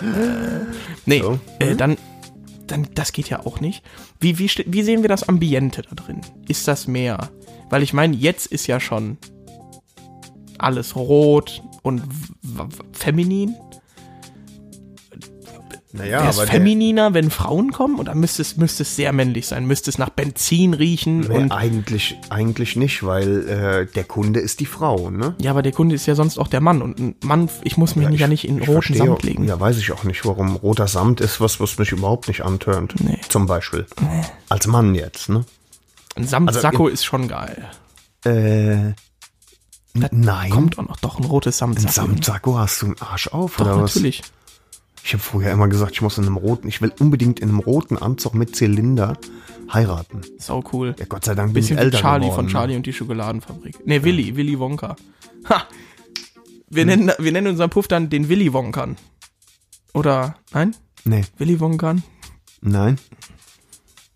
Speaker 3: Nee,
Speaker 2: So. Mhm.
Speaker 3: äh, dann, dann, das geht ja auch nicht. Wie, wie, ste- wie sehen wir das Ambiente da drin? Ist das mehr? Weil ich meine, jetzt ist ja schon alles rot und w- w- feminin.
Speaker 2: Naja,
Speaker 3: Der ist
Speaker 2: aber der,
Speaker 3: femininer, wenn Frauen kommen und dann müsste es, müsste es sehr männlich sein, müsste es nach Benzin riechen
Speaker 2: nee, ah.
Speaker 3: und
Speaker 2: eigentlich, eigentlich nicht, weil äh, der Kunde ist die Frau, ne?
Speaker 3: ja, aber der Kunde ist ja sonst auch der Mann und ein Mann, ich muss mich ja nicht in
Speaker 2: ich
Speaker 3: roten
Speaker 2: verstehe-
Speaker 3: Samt legen.
Speaker 2: Ja, weiß ich auch nicht, warum. Roter Samt ist was, was mich überhaupt nicht antörnt.
Speaker 3: Nee.
Speaker 2: Zum Beispiel. Als Mann jetzt, ne?
Speaker 3: Ein Samtsacko
Speaker 2: Also
Speaker 3: ist schon geil.
Speaker 2: Äh, nein.
Speaker 3: Kommt auch noch doch ein rotes
Speaker 2: Ein
Speaker 3: Samtsacko.
Speaker 2: Samtsacko hast du einen Arsch auf,
Speaker 3: Doch,
Speaker 2: oder was?
Speaker 3: natürlich.
Speaker 2: Ich habe früher immer gesagt, ich muss in einem roten, ich will unbedingt in einem roten Anzug mit Zylinder heiraten.
Speaker 3: Sau cool.
Speaker 2: Ja, Gott sei Dank bin ich
Speaker 3: Bisschen wie
Speaker 2: älter
Speaker 3: Charlie
Speaker 2: geworden. ne?
Speaker 3: von Charlie und die Schokoladenfabrik. Ne, Willy, Willy Wonka. Ha!
Speaker 2: Hm.
Speaker 3: Wir nennen, wir nennen unseren Puff dann den Willy Wonkern. Oder, nein?
Speaker 2: Nee,
Speaker 3: Willy Wonkern?
Speaker 2: nein.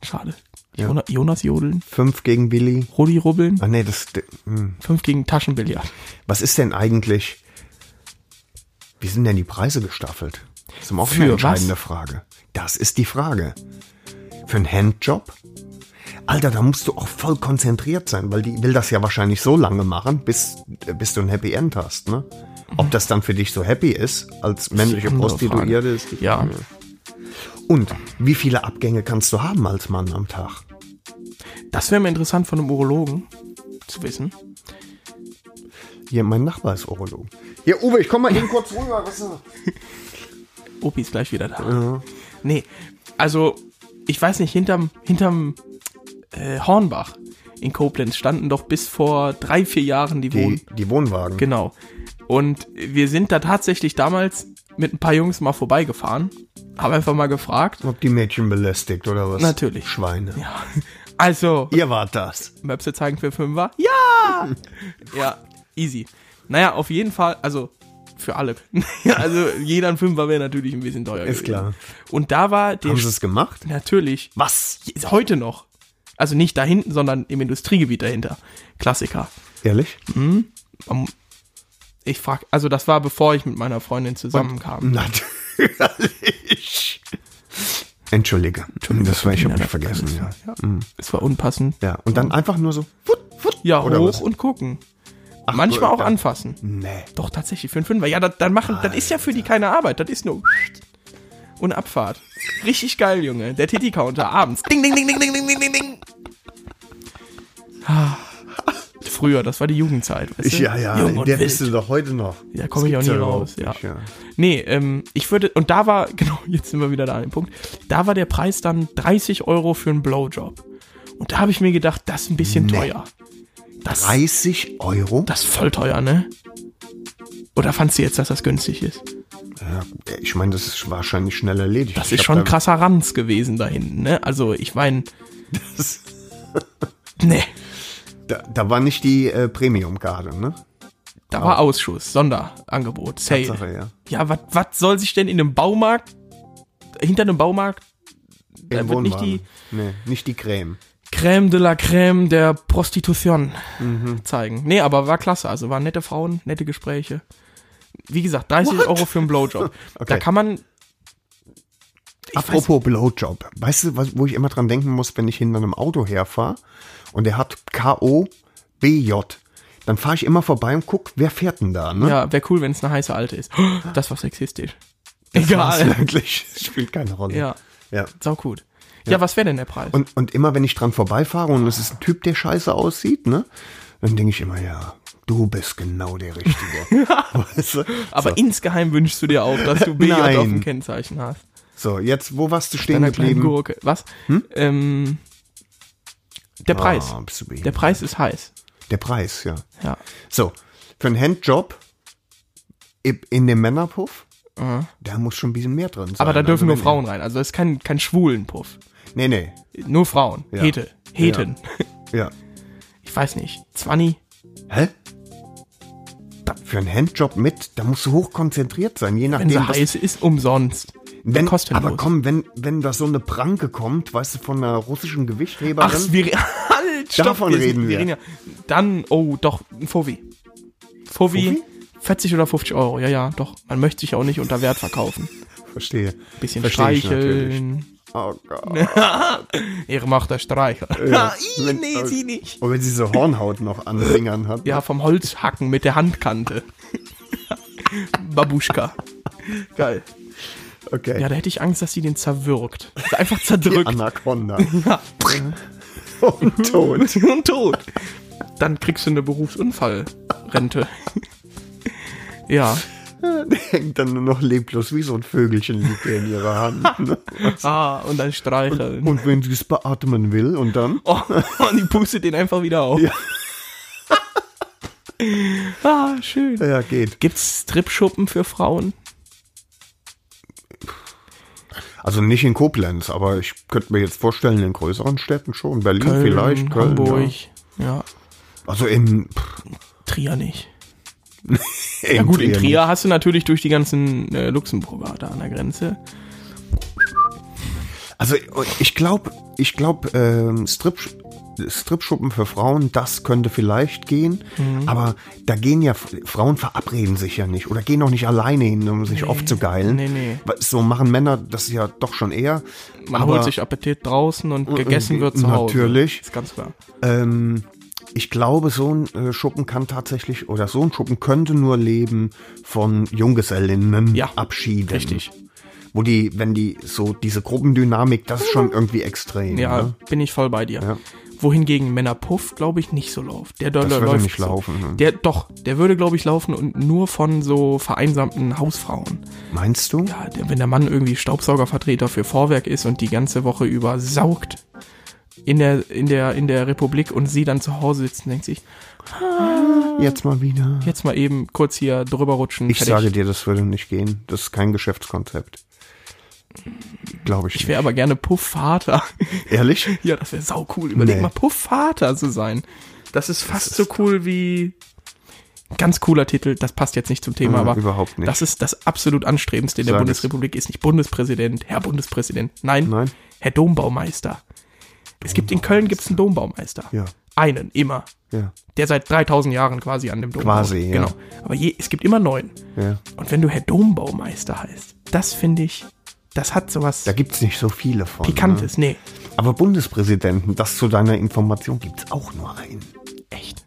Speaker 3: Schade.
Speaker 2: Ja.
Speaker 3: Jona- Jonas Jodeln,
Speaker 2: Fünf gegen Billy.
Speaker 3: Rudi Rubbeln,
Speaker 2: Ah, nee, das, de- hm.
Speaker 3: fünf gegen Taschenbillard.
Speaker 2: was ist denn eigentlich, wie sind denn die Preise gestaffelt? Das ist immer auch
Speaker 3: Für
Speaker 2: eine entscheidende
Speaker 3: was?
Speaker 2: Frage. Das ist die Frage. Für einen Handjob? Alter, da musst du auch voll konzentriert sein, weil die will das ja wahrscheinlich so lange machen, bis, äh, bis du ein Happy End hast, ne? Ob das dann für dich so happy ist, als männliche
Speaker 3: andere Frage.
Speaker 2: Prostituierte, ist die
Speaker 3: Ja.
Speaker 2: Frage. Und wie viele Abgänge kannst du haben als Mann am Tag?
Speaker 3: Das wäre mir interessant von einem Urologen zu wissen.
Speaker 2: Hier, mein Nachbar ist Urologe. Hier, Uwe, ich komm mal eben kurz rüber. Was ist
Speaker 3: Opi ist gleich wieder da. Nee, also ich weiß nicht, hinterm, hinterm äh, Hornbach in Koblenz standen doch bis vor drei, vier Jahren die, Wohn...
Speaker 2: die, die Wohnwagen.
Speaker 3: Genau. Und wir sind da tatsächlich damals mit ein paar Jungs mal vorbeigefahren, haben einfach mal gefragt.
Speaker 2: Ob die Mädchen belästigt oder was?
Speaker 3: Natürlich.
Speaker 2: Schweine.
Speaker 3: Ja. Also,
Speaker 2: Ihr wart das.
Speaker 3: Möpse zeigen für Fünfer. Ja! ja, easy. Naja, auf jeden Fall, also für alle. also jeder ein Fünfer wäre natürlich ein bisschen teuer.
Speaker 2: Ist
Speaker 3: gewesen.
Speaker 2: klar.
Speaker 3: Und da war der
Speaker 2: Haben sie es gemacht?
Speaker 3: natürlich
Speaker 2: Was?
Speaker 3: ist heute noch. Also nicht da hinten, sondern im Industriegebiet dahinter. Klassiker.
Speaker 2: Ehrlich?
Speaker 3: Man- Ich frag, also das war bevor ich mit meiner Freundin zusammenkam.
Speaker 2: Natürlich. Entschuldige. Das war, ich habe mich vergessen. Ja.
Speaker 3: Ja. Es war unpassend.
Speaker 2: ja. Und dann einfach nur so. Wut, wut,
Speaker 3: Ja,
Speaker 2: oder
Speaker 3: hoch
Speaker 2: was? äh,
Speaker 3: und gucken. Manchmal auch
Speaker 2: ja.
Speaker 3: anfassen.
Speaker 2: Nee.
Speaker 3: Doch, tatsächlich, für einen Fünfer. Ja, das, dann machen, das ist ja für die keine Arbeit. Das ist nur und Abfahrt. Richtig geil, Junge. Der Titty-Counter abends. Ding, ding, ding, ding, ding, ding, ding, ding, ding. Ah. Früher, das war die Jugendzeit. Weißt
Speaker 2: Ich,
Speaker 3: du?
Speaker 2: ja, ja.
Speaker 3: Jung und
Speaker 2: der
Speaker 3: wild.
Speaker 2: bist du doch heute noch.
Speaker 3: Da
Speaker 2: Das
Speaker 3: komme ich auch
Speaker 2: gibt's
Speaker 3: nie raus.
Speaker 2: überhaupt
Speaker 3: Ja.
Speaker 2: nicht, ja.
Speaker 3: Nee, ähm, ich würde, und da war, genau, jetzt sind wir wieder da an dem Punkt, da war der Preis dann 30 Euro für einen Blowjob. Und da habe ich mir gedacht, das ist ein bisschen teuer. Das,
Speaker 2: 30 Euro?
Speaker 3: das ist voll teuer, ne? Oder fandst du jetzt, dass das günstig ist?
Speaker 2: Ja, Äh, ich meine, das ist wahrscheinlich schnell erledigt.
Speaker 3: Das
Speaker 2: Ich
Speaker 3: ist
Speaker 2: hab
Speaker 3: schon
Speaker 2: da-
Speaker 3: krasser Ranz gewesen da hinten, ne? Also, ich ne, meine. nee,
Speaker 2: Da, da war nicht die äh, Premium-Garde, ne?
Speaker 3: da war Ausschuss, Sonderangebot, Sale.
Speaker 2: Sache, ja.
Speaker 3: Ja, was soll sich denn in einem Baumarkt, hinter einem Baumarkt Da
Speaker 2: Im
Speaker 3: wird nicht
Speaker 2: Wohnwagen. nee, nicht die Creme.
Speaker 3: Crème de la Crème der Prostitution
Speaker 2: Mhm.
Speaker 3: zeigen. Nee, aber war klasse. Also waren nette Frauen, nette Gespräche. Wie gesagt, 30 Euro für einen Blowjob. Da
Speaker 2: Okay.
Speaker 3: kann man. Ich weiß,
Speaker 2: Apropos Blowjob. Weißt du, was, wo ich immer dran denken muss, wenn ich hinter einem Auto herfahre und der hat K.O.B.J., dann fahre ich immer vorbei und guck, wer fährt denn da, ne?
Speaker 3: ja, wäre cool, wenn es eine heiße Alte ist. Das war sexistisch. Egal.
Speaker 2: Das wirklich, spielt keine Rolle.
Speaker 3: Ja.
Speaker 2: ja.
Speaker 3: Sau gut. Ja, was wäre denn der Preis?
Speaker 2: Und, und immer, wenn ich dran vorbeifahre und es ist ein Typ, der scheiße aussieht, ne? Dann denke ich immer, ja, du bist genau der Richtige. weißt du?
Speaker 3: aber insgeheim wünschst du dir auch, dass du BJ auf dem
Speaker 2: Nein.
Speaker 3: Kennzeichen hast.
Speaker 2: So, jetzt, wo warst du stehen
Speaker 3: Deiner kleinen
Speaker 2: geblieben? Hm?
Speaker 3: Gurke. Was? Ähm, der Preis.
Speaker 2: Ah, bist du
Speaker 3: Der
Speaker 2: der,
Speaker 3: Preis ist heiß.
Speaker 2: der Preis, ja.
Speaker 3: Ja.
Speaker 2: So, für einen Handjob i- in dem Männerpuff, da muss schon ein bisschen mehr drin sein.
Speaker 3: Mhm. Aber da
Speaker 2: Also
Speaker 3: dürfen nur
Speaker 2: wenn-
Speaker 3: Frauen rein. Also es ist kein, kein schwulen Puff.
Speaker 2: Nee, nee.
Speaker 3: Nur Frauen.
Speaker 2: Ja.
Speaker 3: Hete. Heten.
Speaker 2: Ja.
Speaker 3: Ich weiß nicht. 20.
Speaker 2: Hä? Da, für einen Handjob mit, da musst du hochkonzentriert sein, je
Speaker 3: Wenn
Speaker 2: nachdem.
Speaker 3: sie
Speaker 2: was-
Speaker 3: heiß ist, umsonst.
Speaker 2: wenn,
Speaker 3: kostenlos.
Speaker 2: aber komm, wenn, wenn da so eine Pranke kommt, weißt du, von einer russischen Gewichtheberin.
Speaker 3: Ach, wir re- halt, stopp,
Speaker 2: Davon
Speaker 3: sind-
Speaker 2: reden wir.
Speaker 3: ja- Dann, oh, doch, ein Fovi. Fovi,
Speaker 2: Fovi?
Speaker 3: 40 oder 50 Euro, ja, ja, doch. Man möchte sich ja auch nicht unter Wert verkaufen.
Speaker 2: Verstehe.
Speaker 3: Bisschen
Speaker 2: Verstehe ich natürlich.
Speaker 3: streicheln.
Speaker 2: Oh Gott.
Speaker 3: Ihr macht der Streicher.
Speaker 2: Ja.
Speaker 3: Ih,
Speaker 2: Wenn-
Speaker 3: nee,
Speaker 2: äh,
Speaker 3: sie nicht.
Speaker 2: Und wenn sie so Hornhaut noch an Fingern hat.
Speaker 3: Ja, vom Holz hacken mit der Handkante. Babuschka. Geil.
Speaker 2: Okay.
Speaker 3: Ja, da hätte ich Angst, dass sie den zerwürgt. Also Einfach zerdrückt.
Speaker 2: Anaconda.
Speaker 3: Ja.
Speaker 2: Und tot.
Speaker 3: und tot. Dann kriegst du eine Berufsunfallrente. ja.
Speaker 2: Der hängt dann nur noch leblos wie so ein Vögelchen liegt er in ihrer Hand. Ne?
Speaker 3: Ah, und dann streicheln.
Speaker 2: Und wenn sie es beatmen will und dann.
Speaker 3: Oh, und die pustet den einfach wieder auf.
Speaker 2: Ja.
Speaker 3: ah, schön.
Speaker 2: Ja, geht.
Speaker 3: Gibt's Stripschuppen für Frauen?
Speaker 2: Also nicht in Koblenz, aber ich könnte mir jetzt vorstellen, in größeren Städten schon. Berlin vielleicht, Köln.
Speaker 3: Hamburg. Ja.
Speaker 2: Ja. Also in. Pff,
Speaker 3: Trier nicht.
Speaker 2: in
Speaker 3: Ja gut, in
Speaker 2: Trier
Speaker 3: Trier hast du natürlich durch die ganzen äh, Luxemburger da an der Grenze.
Speaker 2: nicht. Also ich glaube, ich glaube, ähm, Strip. Stripschuppen für Frauen, das könnte vielleicht gehen,
Speaker 3: Mhm.
Speaker 2: aber da gehen ja, Frauen verabreden sich ja nicht oder gehen auch nicht alleine hin, um sich aufzugeilen.
Speaker 3: nee, nee.
Speaker 2: So machen Männer das ja doch schon eher.
Speaker 3: Man
Speaker 2: aber-
Speaker 3: holt sich Appetit draußen und gegessen wird zu Hause.
Speaker 2: Natürlich.
Speaker 3: Ist ganz klar.
Speaker 2: Ähm, ich glaube, so ein äh, Schuppen kann tatsächlich, oder so ein Schuppen könnte nur leben von Junggesellinnen
Speaker 3: Ja,
Speaker 2: Abschieden.
Speaker 3: richtig.
Speaker 2: Wo die, wenn die so diese Gruppendynamik, das ist schon irgendwie extrem.
Speaker 3: Ja,
Speaker 2: Ne?
Speaker 3: bin ich voll bei dir.
Speaker 2: Ja.
Speaker 3: Wohingegen Männerpuff, glaube ich, nicht so läuft. Der das
Speaker 2: würde
Speaker 3: läuft
Speaker 2: nicht
Speaker 3: so.
Speaker 2: laufen, ne?
Speaker 3: Der, doch, der würde, glaube ich, laufen und nur von so vereinsamten Hausfrauen.
Speaker 2: Meinst du?
Speaker 3: Ja, der, wenn der Mann irgendwie Staubsaugervertreter für Vorwerk ist und die ganze Woche über saugt in der, in der, in der Republik und sie dann zu Hause sitzt und denkt sich,
Speaker 2: Jetzt mal wieder.
Speaker 3: jetzt mal eben kurz hier drüber rutschen.
Speaker 2: ich
Speaker 3: fertig.
Speaker 2: sage dir, das würde nicht gehen. Das ist kein Geschäftskonzept. Glaube ich,
Speaker 3: ich
Speaker 2: nicht.
Speaker 3: wäre aber gerne Puff-Vater.
Speaker 2: Ehrlich?
Speaker 3: Ja, das wäre sau cool. Überleg
Speaker 2: Nee.
Speaker 3: mal, Puff-Vater zu sein. Das ist fast so cool wie. Ganz cooler Titel, das passt jetzt nicht zum Thema,
Speaker 2: Mhm,
Speaker 3: aber
Speaker 2: überhaupt nicht.
Speaker 3: das ist das absolut anstrebendste in der
Speaker 2: Sag es.
Speaker 3: Bundesrepublik ist nicht Bundespräsident, Herr Bundespräsident. Nein,
Speaker 2: Nein.
Speaker 3: Herr Dombaumeister. Es gibt in Köln gibt's einen Dombaumeister.
Speaker 2: Ja.
Speaker 3: Einen immer,
Speaker 2: Ja.
Speaker 3: der seit 3000 Jahren quasi an dem Dom
Speaker 2: Quasi,
Speaker 3: baut.
Speaker 2: ja.
Speaker 3: Genau. Aber je, es gibt immer neun.
Speaker 2: Ja.
Speaker 3: Und wenn du Herr Dombaumeister heißt, das finde ich, das hat sowas
Speaker 2: Da gibt's nicht so viele von. Ne?
Speaker 3: pikantes. Nee,
Speaker 2: Aber Bundespräsidenten, das zu deiner Information, gibt's auch nur einen.
Speaker 3: echt.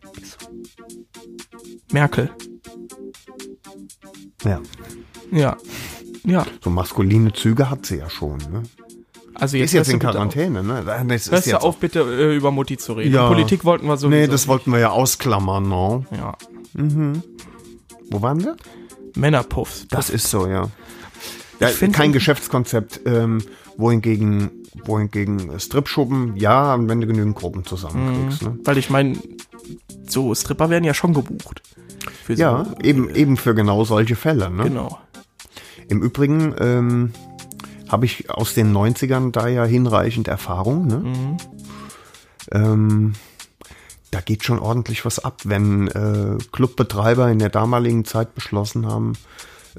Speaker 3: Merkel.
Speaker 2: Ja.
Speaker 3: Ja. Ja.
Speaker 2: So maskuline Züge hat sie ja schon, ne?
Speaker 3: Also
Speaker 2: Die
Speaker 3: jetzt
Speaker 2: ist jetzt
Speaker 3: hörst du
Speaker 2: in
Speaker 3: bitte
Speaker 2: Quarantäne, ne? Das
Speaker 3: Auf, hörst
Speaker 2: ist
Speaker 3: du
Speaker 2: jetzt
Speaker 3: auf, bitte äh, über Mutti zu reden.
Speaker 2: Ja.
Speaker 3: Politik wollten wir so.
Speaker 2: nee, das wollten wir ja ausklammern, ne?
Speaker 3: Ja.
Speaker 2: Wo waren wir?
Speaker 3: Männerpuffs.
Speaker 2: Das ist so, ja. ja
Speaker 3: Ich find-
Speaker 2: kein Geschäftskonzept, ähm, wohingegen, wohingegen Stripschuppen, ja, und wenn du genügend Gruppen zusammenkriegst, ne?
Speaker 3: Weil ich meine, so Stripper werden ja schon gebucht. Für so-
Speaker 2: Ja, eben, eben für genau solche Fälle, ne?
Speaker 3: Genau.
Speaker 2: Im Übrigen ähm, habe ich aus den 90ern da ja hinreichend Erfahrung. Ne? Ähm, da geht schon ordentlich was ab, wenn äh, Clubbetreiber in der damaligen Zeit beschlossen haben,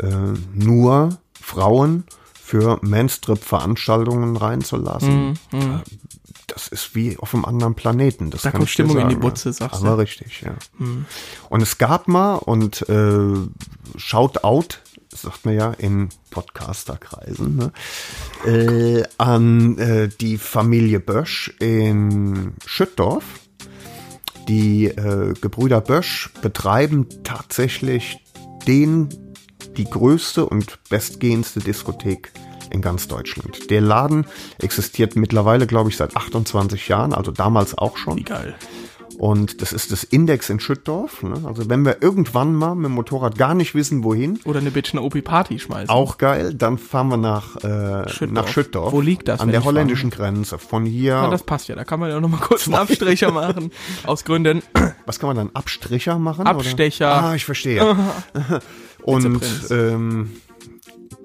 Speaker 2: äh, nur Frauen für Manstrip-Veranstaltungen reinzulassen. Äh, Das ist wie auf einem anderen Planeten. Das
Speaker 3: Mhm, Da
Speaker 2: kann
Speaker 3: kommt
Speaker 2: ich dir
Speaker 3: Stimmung in
Speaker 2: sagen,
Speaker 3: die
Speaker 2: ja.
Speaker 3: Butze, sagst du. Mhm.
Speaker 2: Aber richtig, ja. Und es gab mal, und äh, Shout out, sagt man ja in Podcasterkreisen, ne? äh, an äh, die Familie Bösch in Schüttdorf. Die äh, Gebrüder Bösch betreiben tatsächlich den, die größte und bestgehendste Diskothek in ganz Deutschland. Der Laden existiert mittlerweile, glaube ich, seit 28 Jahren, also damals auch schon.
Speaker 3: Wie geil.
Speaker 2: Und das ist das Index in Schüttdorf. Ne? Also wenn wir irgendwann mal mit dem Motorrad gar nicht wissen, wohin,
Speaker 3: Oder eine Bitch eine OP-Party schmeißen.
Speaker 2: auch geil, dann fahren wir nach, äh,
Speaker 3: Schüttdorf.
Speaker 2: nach Schüttdorf.
Speaker 3: Wo liegt das,
Speaker 2: An
Speaker 3: wenn
Speaker 2: der
Speaker 3: ich fragen
Speaker 2: holländischen Grenze. Von hier,
Speaker 3: Ja, das passt ja. Da kann man ja noch mal kurz einen Abstecher machen. Aus Gründen.
Speaker 2: was kann man dann, Abstricher machen?
Speaker 3: Abstecher.
Speaker 2: Oder? Ah, ich verstehe. Und
Speaker 3: Prinz.
Speaker 2: ähm,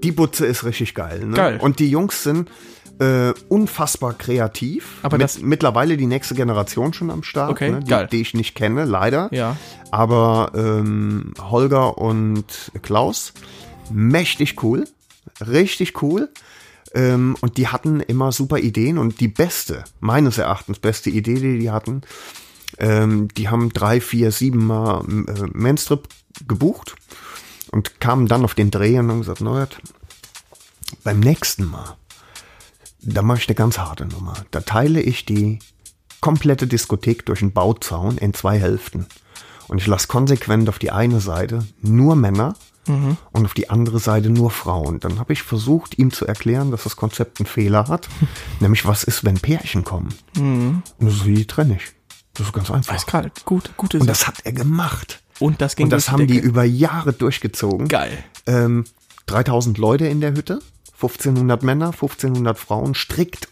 Speaker 2: die Butze ist richtig geil. Ne?
Speaker 3: Geil.
Speaker 2: Und die Jungs sind äh, unfassbar kreativ.
Speaker 3: Aber das-
Speaker 2: mittlerweile die nächste Generation schon am Start,
Speaker 3: Okay,
Speaker 2: ne? die,
Speaker 3: geil.
Speaker 2: die ich nicht kenne, leider.
Speaker 3: Ja.
Speaker 2: Aber ähm, Holger und Klaus, mächtig cool, richtig cool. Ähm, und die hatten immer super Ideen und die beste, meines Erachtens beste Idee, die die hatten, ähm, die haben drei, vier, sieben Mal äh, Manstrip gebucht und kamen dann auf den Dreh und haben gesagt, Neuert, beim nächsten Mal, da mache ich eine ganz harte Nummer. Da teile ich die komplette Diskothek durch einen Bauzaun in zwei Hälften. Und ich lasse konsequent auf die eine Seite nur Männer
Speaker 3: Mhm.
Speaker 2: und auf die andere Seite nur Frauen. Dann habe ich versucht, ihm zu erklären, dass das Konzept einen Fehler hat, nämlich was ist, wenn Pärchen kommen.
Speaker 3: Mhm.
Speaker 2: Und so, die trenne ich. Das ist ganz einfach.
Speaker 3: Eiskalt. Gut, gute
Speaker 2: Und
Speaker 3: Sache.
Speaker 2: das hat er gemacht.
Speaker 3: Und das ging
Speaker 2: Und das
Speaker 3: durch
Speaker 2: haben die
Speaker 3: Decke.
Speaker 2: über Jahre durchgezogen.
Speaker 3: Geil.
Speaker 2: Ähm, 3000 Leute in der Hütte, 1500 Männer, 1500 Frauen, strikt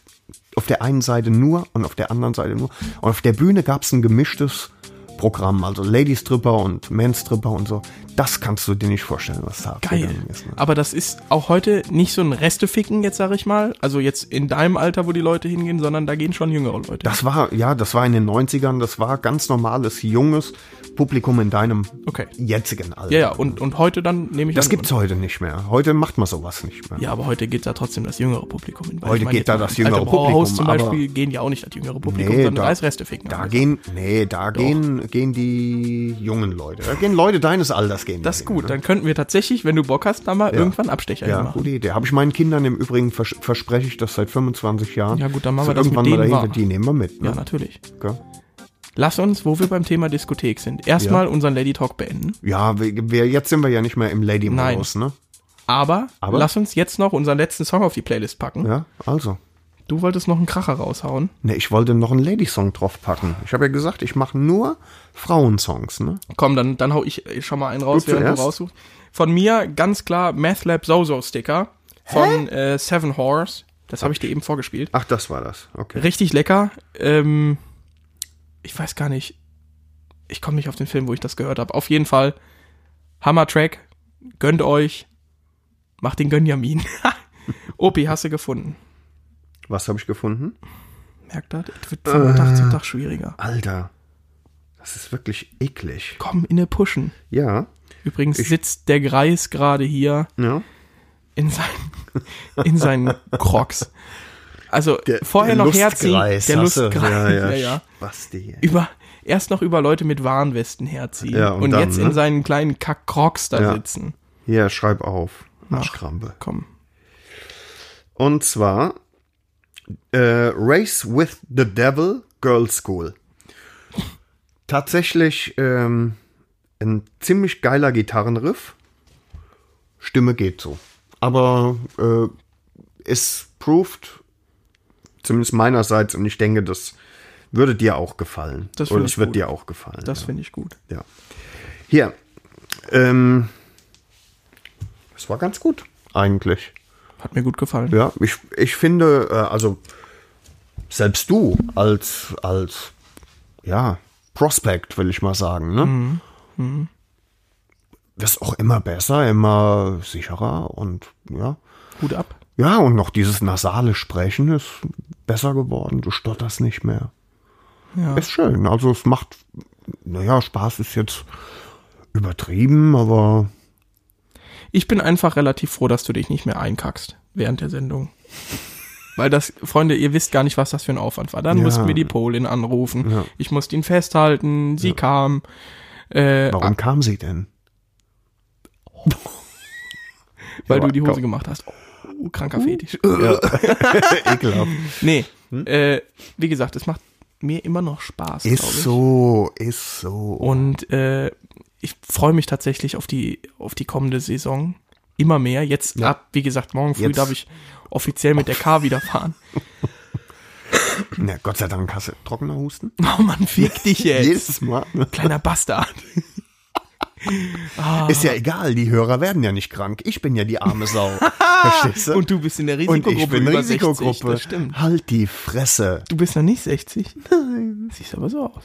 Speaker 2: auf der einen Seite nur und auf der anderen Seite nur. Und auf der Bühne gab es ein gemischtes Programm, also Ladies Stripper und Men Stripper und so. Das kannst du dir nicht vorstellen, was da
Speaker 3: Geil.
Speaker 2: abgegangen ist. Ne?
Speaker 3: Aber das ist auch heute nicht so ein Resteficken, jetzt sage ich mal. Also jetzt in deinem Alter, wo die Leute hingehen, sondern da gehen schon jüngere Leute.
Speaker 2: Das war, ja, das war in den 90ern, das war ganz normales, junges Publikum in deinem
Speaker 3: Okay.
Speaker 2: jetzigen Alter.
Speaker 3: ja, ja. Und, und heute dann nehme ich
Speaker 2: das
Speaker 3: an,
Speaker 2: gibt's heute nicht mehr. Heute macht man sowas nicht mehr.
Speaker 3: Ja, aber heute geht da trotzdem das jüngere Publikum hin. Weil
Speaker 2: Heute
Speaker 3: ich
Speaker 2: geht
Speaker 3: jetzt
Speaker 2: da
Speaker 3: mal
Speaker 2: das
Speaker 3: ins
Speaker 2: jüngere
Speaker 3: alte Brauhaus
Speaker 2: Publikum,
Speaker 3: zum
Speaker 2: aber-
Speaker 3: Beispiel gehen ja auch nicht das jüngere Publikum,
Speaker 2: Nee,
Speaker 3: sondern
Speaker 2: da-
Speaker 3: Eisreste ficken.
Speaker 2: Da
Speaker 3: Also,
Speaker 2: gehen, nee, da gehen, gehen die jungen Leute. Da gehen Leute deines Alters gehen.
Speaker 3: Das ist
Speaker 2: dahin,
Speaker 3: gut.
Speaker 2: ne?
Speaker 3: Dann könnten wir tatsächlich, wenn du Bock hast, da mal irgendwann Abstecher
Speaker 2: Ja,
Speaker 3: machen.
Speaker 2: gute Idee. Habe ich meinen Kindern im Übrigen vers verspreche ich das seit 25 Jahren.
Speaker 3: Ja, gut, dann machen
Speaker 2: Dass
Speaker 3: wir das mit
Speaker 2: irgendwann mal
Speaker 3: denen
Speaker 2: dahin.
Speaker 3: wahr.
Speaker 2: Die nehmen wir mit.
Speaker 3: Ja,
Speaker 2: Ne?
Speaker 3: natürlich.
Speaker 2: Ja,
Speaker 3: Lass uns, wo wir beim Thema Diskothek sind, erstmal unseren Lady Talk beenden.
Speaker 2: ja wir, wir, jetzt sind wir ja nicht mehr im Lady-Modus, ne?
Speaker 3: Aber,
Speaker 2: Aber?
Speaker 3: lass uns jetzt noch unseren letzten Song auf die Playlist packen.
Speaker 2: Ja, also.
Speaker 3: Du wolltest noch einen Kracher raushauen.
Speaker 2: Ne, ich wollte noch einen Lady-Song draufpacken. Ich habe ja gesagt, ich mache nur Frauensongs, ne?
Speaker 3: Komm, dann, dann hau ich äh, schon mal einen raus,
Speaker 2: Du
Speaker 3: während du
Speaker 2: zuerst?
Speaker 3: raussuchst. Von mir ganz klar Math Lab Zozo Sticker von äh, Seven Horse. Das habe ich dir eben vorgespielt.
Speaker 2: Ach, das war das. Okay.
Speaker 3: Richtig lecker. Ähm, ich weiß gar nicht. Ich komme nicht auf den Film, wo ich das gehört habe. Auf jeden Fall. Hammer-Track. Gönnt euch. Macht den Gönjamin. Opi, hast du gefunden.
Speaker 2: Was habe ich gefunden?
Speaker 3: Merkt das? Es wird von Tag
Speaker 2: Äh.
Speaker 3: zu Tag schwieriger.
Speaker 2: Alter. Das ist wirklich eklig.
Speaker 3: Komm, inne pushen.
Speaker 2: Ja.
Speaker 3: Übrigens sitzt der Greis gerade hier
Speaker 2: Ja.
Speaker 3: in seinen, in seinen Crocs. Also
Speaker 2: Der-
Speaker 3: vorher
Speaker 2: der
Speaker 3: noch herziehen.
Speaker 2: Lustgreis,
Speaker 3: Der
Speaker 2: hast du?
Speaker 3: Lustkreis.
Speaker 2: Ja, ja.
Speaker 3: ja, ja.
Speaker 2: Spasti, ey.
Speaker 3: über erst noch über Leute mit Warnwesten herziehen
Speaker 2: Ja,
Speaker 3: und,
Speaker 2: und dann,
Speaker 3: jetzt in
Speaker 2: ne?
Speaker 3: seinen kleinen Kack-Crocs da
Speaker 2: Ja.
Speaker 3: sitzen.
Speaker 2: Hier, schreib auf.
Speaker 3: Mach.
Speaker 2: Arschkrampe.
Speaker 3: Komm.
Speaker 2: Und zwar äh, Race with the Devil Girls School. Tatsächlich ähm, ein ziemlich geiler Gitarrenriff. Stimme geht so. Aber äh, es proved, zumindest meinerseits, und ich denke, das würde dir auch gefallen.
Speaker 3: Das
Speaker 2: Oder
Speaker 3: find
Speaker 2: es
Speaker 3: ich
Speaker 2: wird
Speaker 3: gut.
Speaker 2: dir auch gefallen.
Speaker 3: Das
Speaker 2: ja.
Speaker 3: finde ich gut.
Speaker 2: Ja. Hier. Ähm, das war ganz gut. Eigentlich.
Speaker 3: Hat mir gut gefallen.
Speaker 2: Ja, ich, ich finde, äh, also selbst du als, als ja, Prospect, will ich mal sagen, ne? Wirst auch immer besser, immer sicherer und ja.
Speaker 3: Hut ab.
Speaker 2: Ja, und noch dieses nasale Sprechen ist besser geworden. Du stotterst nicht mehr.
Speaker 3: Ja.
Speaker 2: Ist schön. Also es macht, naja, Spaß ist jetzt übertrieben, aber
Speaker 3: Ich bin einfach relativ froh, dass du dich nicht mehr einkackst während der Sendung. Weil das, Freunde, ihr wisst gar nicht, was das für ein Aufwand war. Dann
Speaker 2: Ja.
Speaker 3: mussten wir die Polin anrufen. Ich musste ihn festhalten. Sie kam. Äh, ah.
Speaker 2: warum kam sie denn?
Speaker 3: weil
Speaker 2: Ja,
Speaker 3: du die Hose
Speaker 2: komm. Uh.
Speaker 3: gemacht hast. Oh, kranker Fetisch. Ah. nee, äh, wie gesagt, es macht mir immer noch Spaß. glaub ich.
Speaker 2: Hm? Ist so, ist so.
Speaker 3: Und äh, ich freue mich tatsächlich auf die, auf die kommende Saison. Immer mehr. Jetzt
Speaker 2: Ja.
Speaker 3: ab, wie gesagt, morgen früh
Speaker 2: Jetzt.
Speaker 3: darf ich offiziell mit der K wieder fahren.
Speaker 2: Na, Gott sei Dank hast du trockener Husten.
Speaker 3: Oh Mann, fick dich jetzt.
Speaker 2: Jedes Mal. ne?
Speaker 3: Kleiner Bastard. Ah.
Speaker 2: Ist ja egal, die Hörer werden ja nicht krank. Ich bin ja die arme Sau. Verstehst du?
Speaker 3: Und du bist in der
Speaker 2: Und
Speaker 3: Risikogruppe.
Speaker 2: ich bin
Speaker 3: über
Speaker 2: Risikogruppe.
Speaker 3: 60, das stimmt.
Speaker 2: Halt die Fresse.
Speaker 3: Du bist noch nicht 60? Nein. Siehst aber so aus.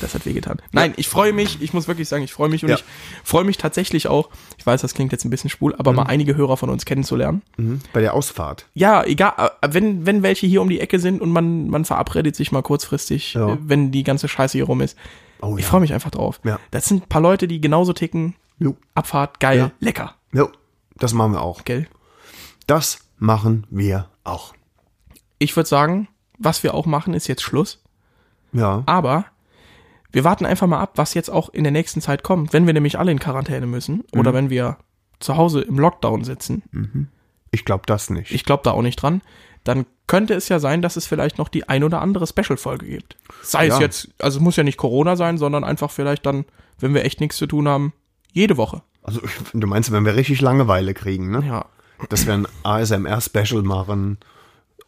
Speaker 3: Das hat wehgetan. Nein, ich freue mich, ich muss wirklich sagen, ich freue mich und
Speaker 2: Ja.
Speaker 3: ich freue mich tatsächlich auch, ich weiß, das klingt jetzt ein bisschen schwul, aber mal einige Hörer von uns kennenzulernen.
Speaker 2: Mhm. Bei der Ausfahrt.
Speaker 3: Ja, egal, äh, wenn, wenn welche hier um die Ecke sind und man, man verabredet sich mal kurzfristig,
Speaker 2: Ja.
Speaker 3: äh, wenn die ganze Scheiße hier rum ist.
Speaker 2: Oh,
Speaker 3: ich
Speaker 2: ja.
Speaker 3: freue mich einfach drauf.
Speaker 2: Ja.
Speaker 3: Das sind ein paar Leute, die genauso ticken.
Speaker 2: Jo.
Speaker 3: Abfahrt, geil,
Speaker 2: Ja.
Speaker 3: lecker,
Speaker 2: Jo, das machen wir auch.
Speaker 3: gell?
Speaker 2: Das machen wir auch.
Speaker 3: Ich würde sagen, was wir auch machen, ist jetzt Schluss.
Speaker 2: Ja.
Speaker 3: Aber wir warten einfach mal ab, was jetzt auch in der nächsten Zeit kommt. Wenn wir nämlich alle in Quarantäne müssen
Speaker 2: Mhm.
Speaker 3: oder wenn wir zu Hause im Lockdown sitzen,
Speaker 2: Ich glaube das nicht.
Speaker 3: ich glaube da auch nicht dran, dann könnte es ja sein, dass es vielleicht noch die ein oder andere Special-Folge gibt. Sei es
Speaker 2: Ja.
Speaker 3: jetzt, also es muss ja nicht Corona sein, sondern einfach vielleicht dann, wenn wir echt nichts zu tun haben, Jede Woche.
Speaker 2: Also, ich, du meinst, wenn wir richtig Langeweile kriegen, ne?
Speaker 3: Ja.
Speaker 2: Dass wir ein ASMR-Special machen.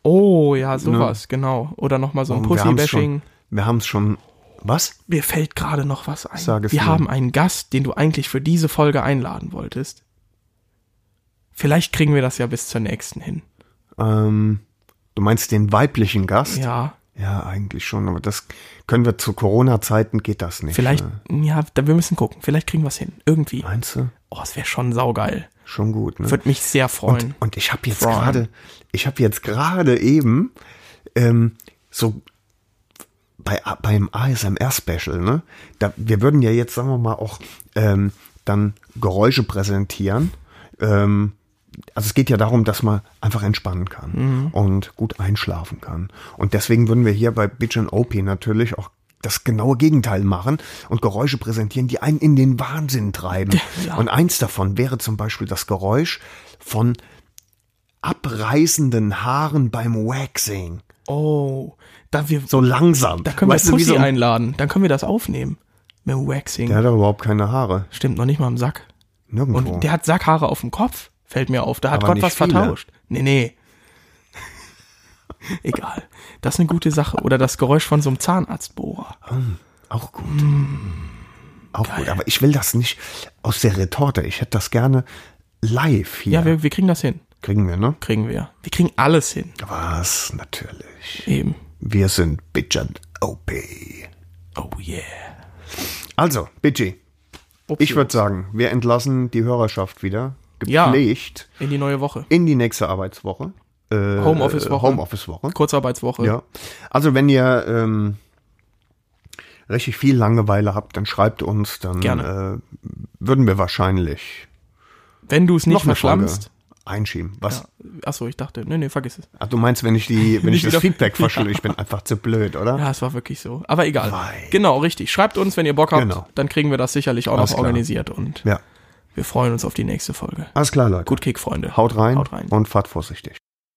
Speaker 3: Oh, ja, sowas, genau. Oder nochmal so ein
Speaker 2: Und wir haben's
Speaker 3: Pussy-Bashing.
Speaker 2: Ne. schon- Wir haben es schon. Was?
Speaker 3: Mir fällt gerade noch was ein.
Speaker 2: Sag es
Speaker 3: Wir
Speaker 2: mir.
Speaker 3: haben einen Gast, den du eigentlich für diese Folge einladen wolltest. Vielleicht kriegen wir das ja bis zur nächsten hin.
Speaker 2: Ähm, du meinst den weiblichen Gast?
Speaker 3: Ja,
Speaker 2: Ja, eigentlich schon, aber das können wir zu Corona-Zeiten geht das nicht.
Speaker 3: vielleicht,
Speaker 2: ne?
Speaker 3: ja, da, wir müssen gucken. Vielleicht kriegen wir es hin. Irgendwie.
Speaker 2: Meinst du?
Speaker 3: Oh, es wäre schon saugeil.
Speaker 2: Schon gut, ne?
Speaker 3: Würde mich sehr freuen.
Speaker 2: Und, und ich habe jetzt
Speaker 3: Freuen.
Speaker 2: gerade, ich habe jetzt gerade eben ähm, so bei beim ASMR-Special, ne? Da, wir würden ja jetzt, sagen wir mal, auch ähm, dann Geräusche präsentieren. Ähm, also es geht ja darum, dass man einfach entspannen kann und gut einschlafen kann. Und deswegen würden wir hier bei Bitch and OP natürlich auch das genaue Gegenteil machen und Geräusche präsentieren, die einen in den Wahnsinn treiben. Und eins davon wäre zum Beispiel das Geräusch von abreißenden Haaren beim Waxing.
Speaker 3: oh, da wir,
Speaker 2: So langsam.
Speaker 3: da können wir
Speaker 2: du, wie
Speaker 3: Pussy
Speaker 2: so ein-
Speaker 3: einladen. Dann können wir das aufnehmen. Mit dem Waxing.
Speaker 2: Der hat aber überhaupt keine Haare.
Speaker 3: Stimmt, noch nicht mal im Sack.
Speaker 2: Nirgendwo.
Speaker 3: Und der hat Sackhaare auf dem Kopf, fällt mir auf. Da hat
Speaker 2: Aber
Speaker 3: Gott
Speaker 2: nicht
Speaker 3: was
Speaker 2: viele.
Speaker 3: vertauscht. Nee, nee. Egal. Das ist eine gute Sache. Oder das Geräusch von so einem Zahnarztbohrer.
Speaker 2: Auch gut.
Speaker 3: Mm.
Speaker 2: Auch gut. Aber ich will das nicht aus der Retorte. Ich hätte das gerne live hier.
Speaker 3: Ja, wir, wir kriegen das hin.
Speaker 2: Kriegen wir, ne?
Speaker 3: Kriegen wir. Wir kriegen alles hin.
Speaker 2: Was? Natürlich.
Speaker 3: Eben.
Speaker 2: Wir sind Bitch and OP.
Speaker 3: Oh yeah.
Speaker 2: Also, Bitchy,
Speaker 3: Upsi.
Speaker 2: ich würde sagen, wir entlassen die Hörerschaft wieder.
Speaker 3: Ja.
Speaker 2: Gepflegt
Speaker 3: In die neue Woche.
Speaker 2: in die nächste Arbeitswoche. Äh,
Speaker 3: Homeoffice-Woche.
Speaker 2: Homeoffice-Woche.
Speaker 3: Kurzarbeitswoche.
Speaker 2: Ja. Also, wenn ihr ähm, richtig viel Langeweile habt, dann schreibt uns, dann
Speaker 3: Gerne.
Speaker 2: Äh, würden wir wahrscheinlich
Speaker 3: Wenn du es nicht
Speaker 2: noch eine Folge
Speaker 3: verschlammst.
Speaker 2: einschieben. Was?
Speaker 3: Achso, ich dachte, nee, nee, vergiss es.
Speaker 2: Ach, du meinst, wenn ich die, wenn ich
Speaker 3: Nicht
Speaker 2: das
Speaker 3: wieder-
Speaker 2: Feedback verschlüsse, ich bin einfach zu blöd, oder?
Speaker 3: Ja, es war wirklich so. Aber egal.
Speaker 2: Wei.
Speaker 3: Genau, richtig. Schreibt uns, wenn ihr Bock habt.
Speaker 2: Genau.
Speaker 3: Dann kriegen wir das sicherlich auch
Speaker 2: Alles
Speaker 3: noch
Speaker 2: klar.
Speaker 3: organisiert. Und
Speaker 2: ja.
Speaker 3: wir freuen uns auf die nächste Folge.
Speaker 2: Alles klar, Leute.
Speaker 3: Gut Kick, Freunde.
Speaker 2: Haut rein,
Speaker 3: Haut rein.
Speaker 2: und fahrt vorsichtig.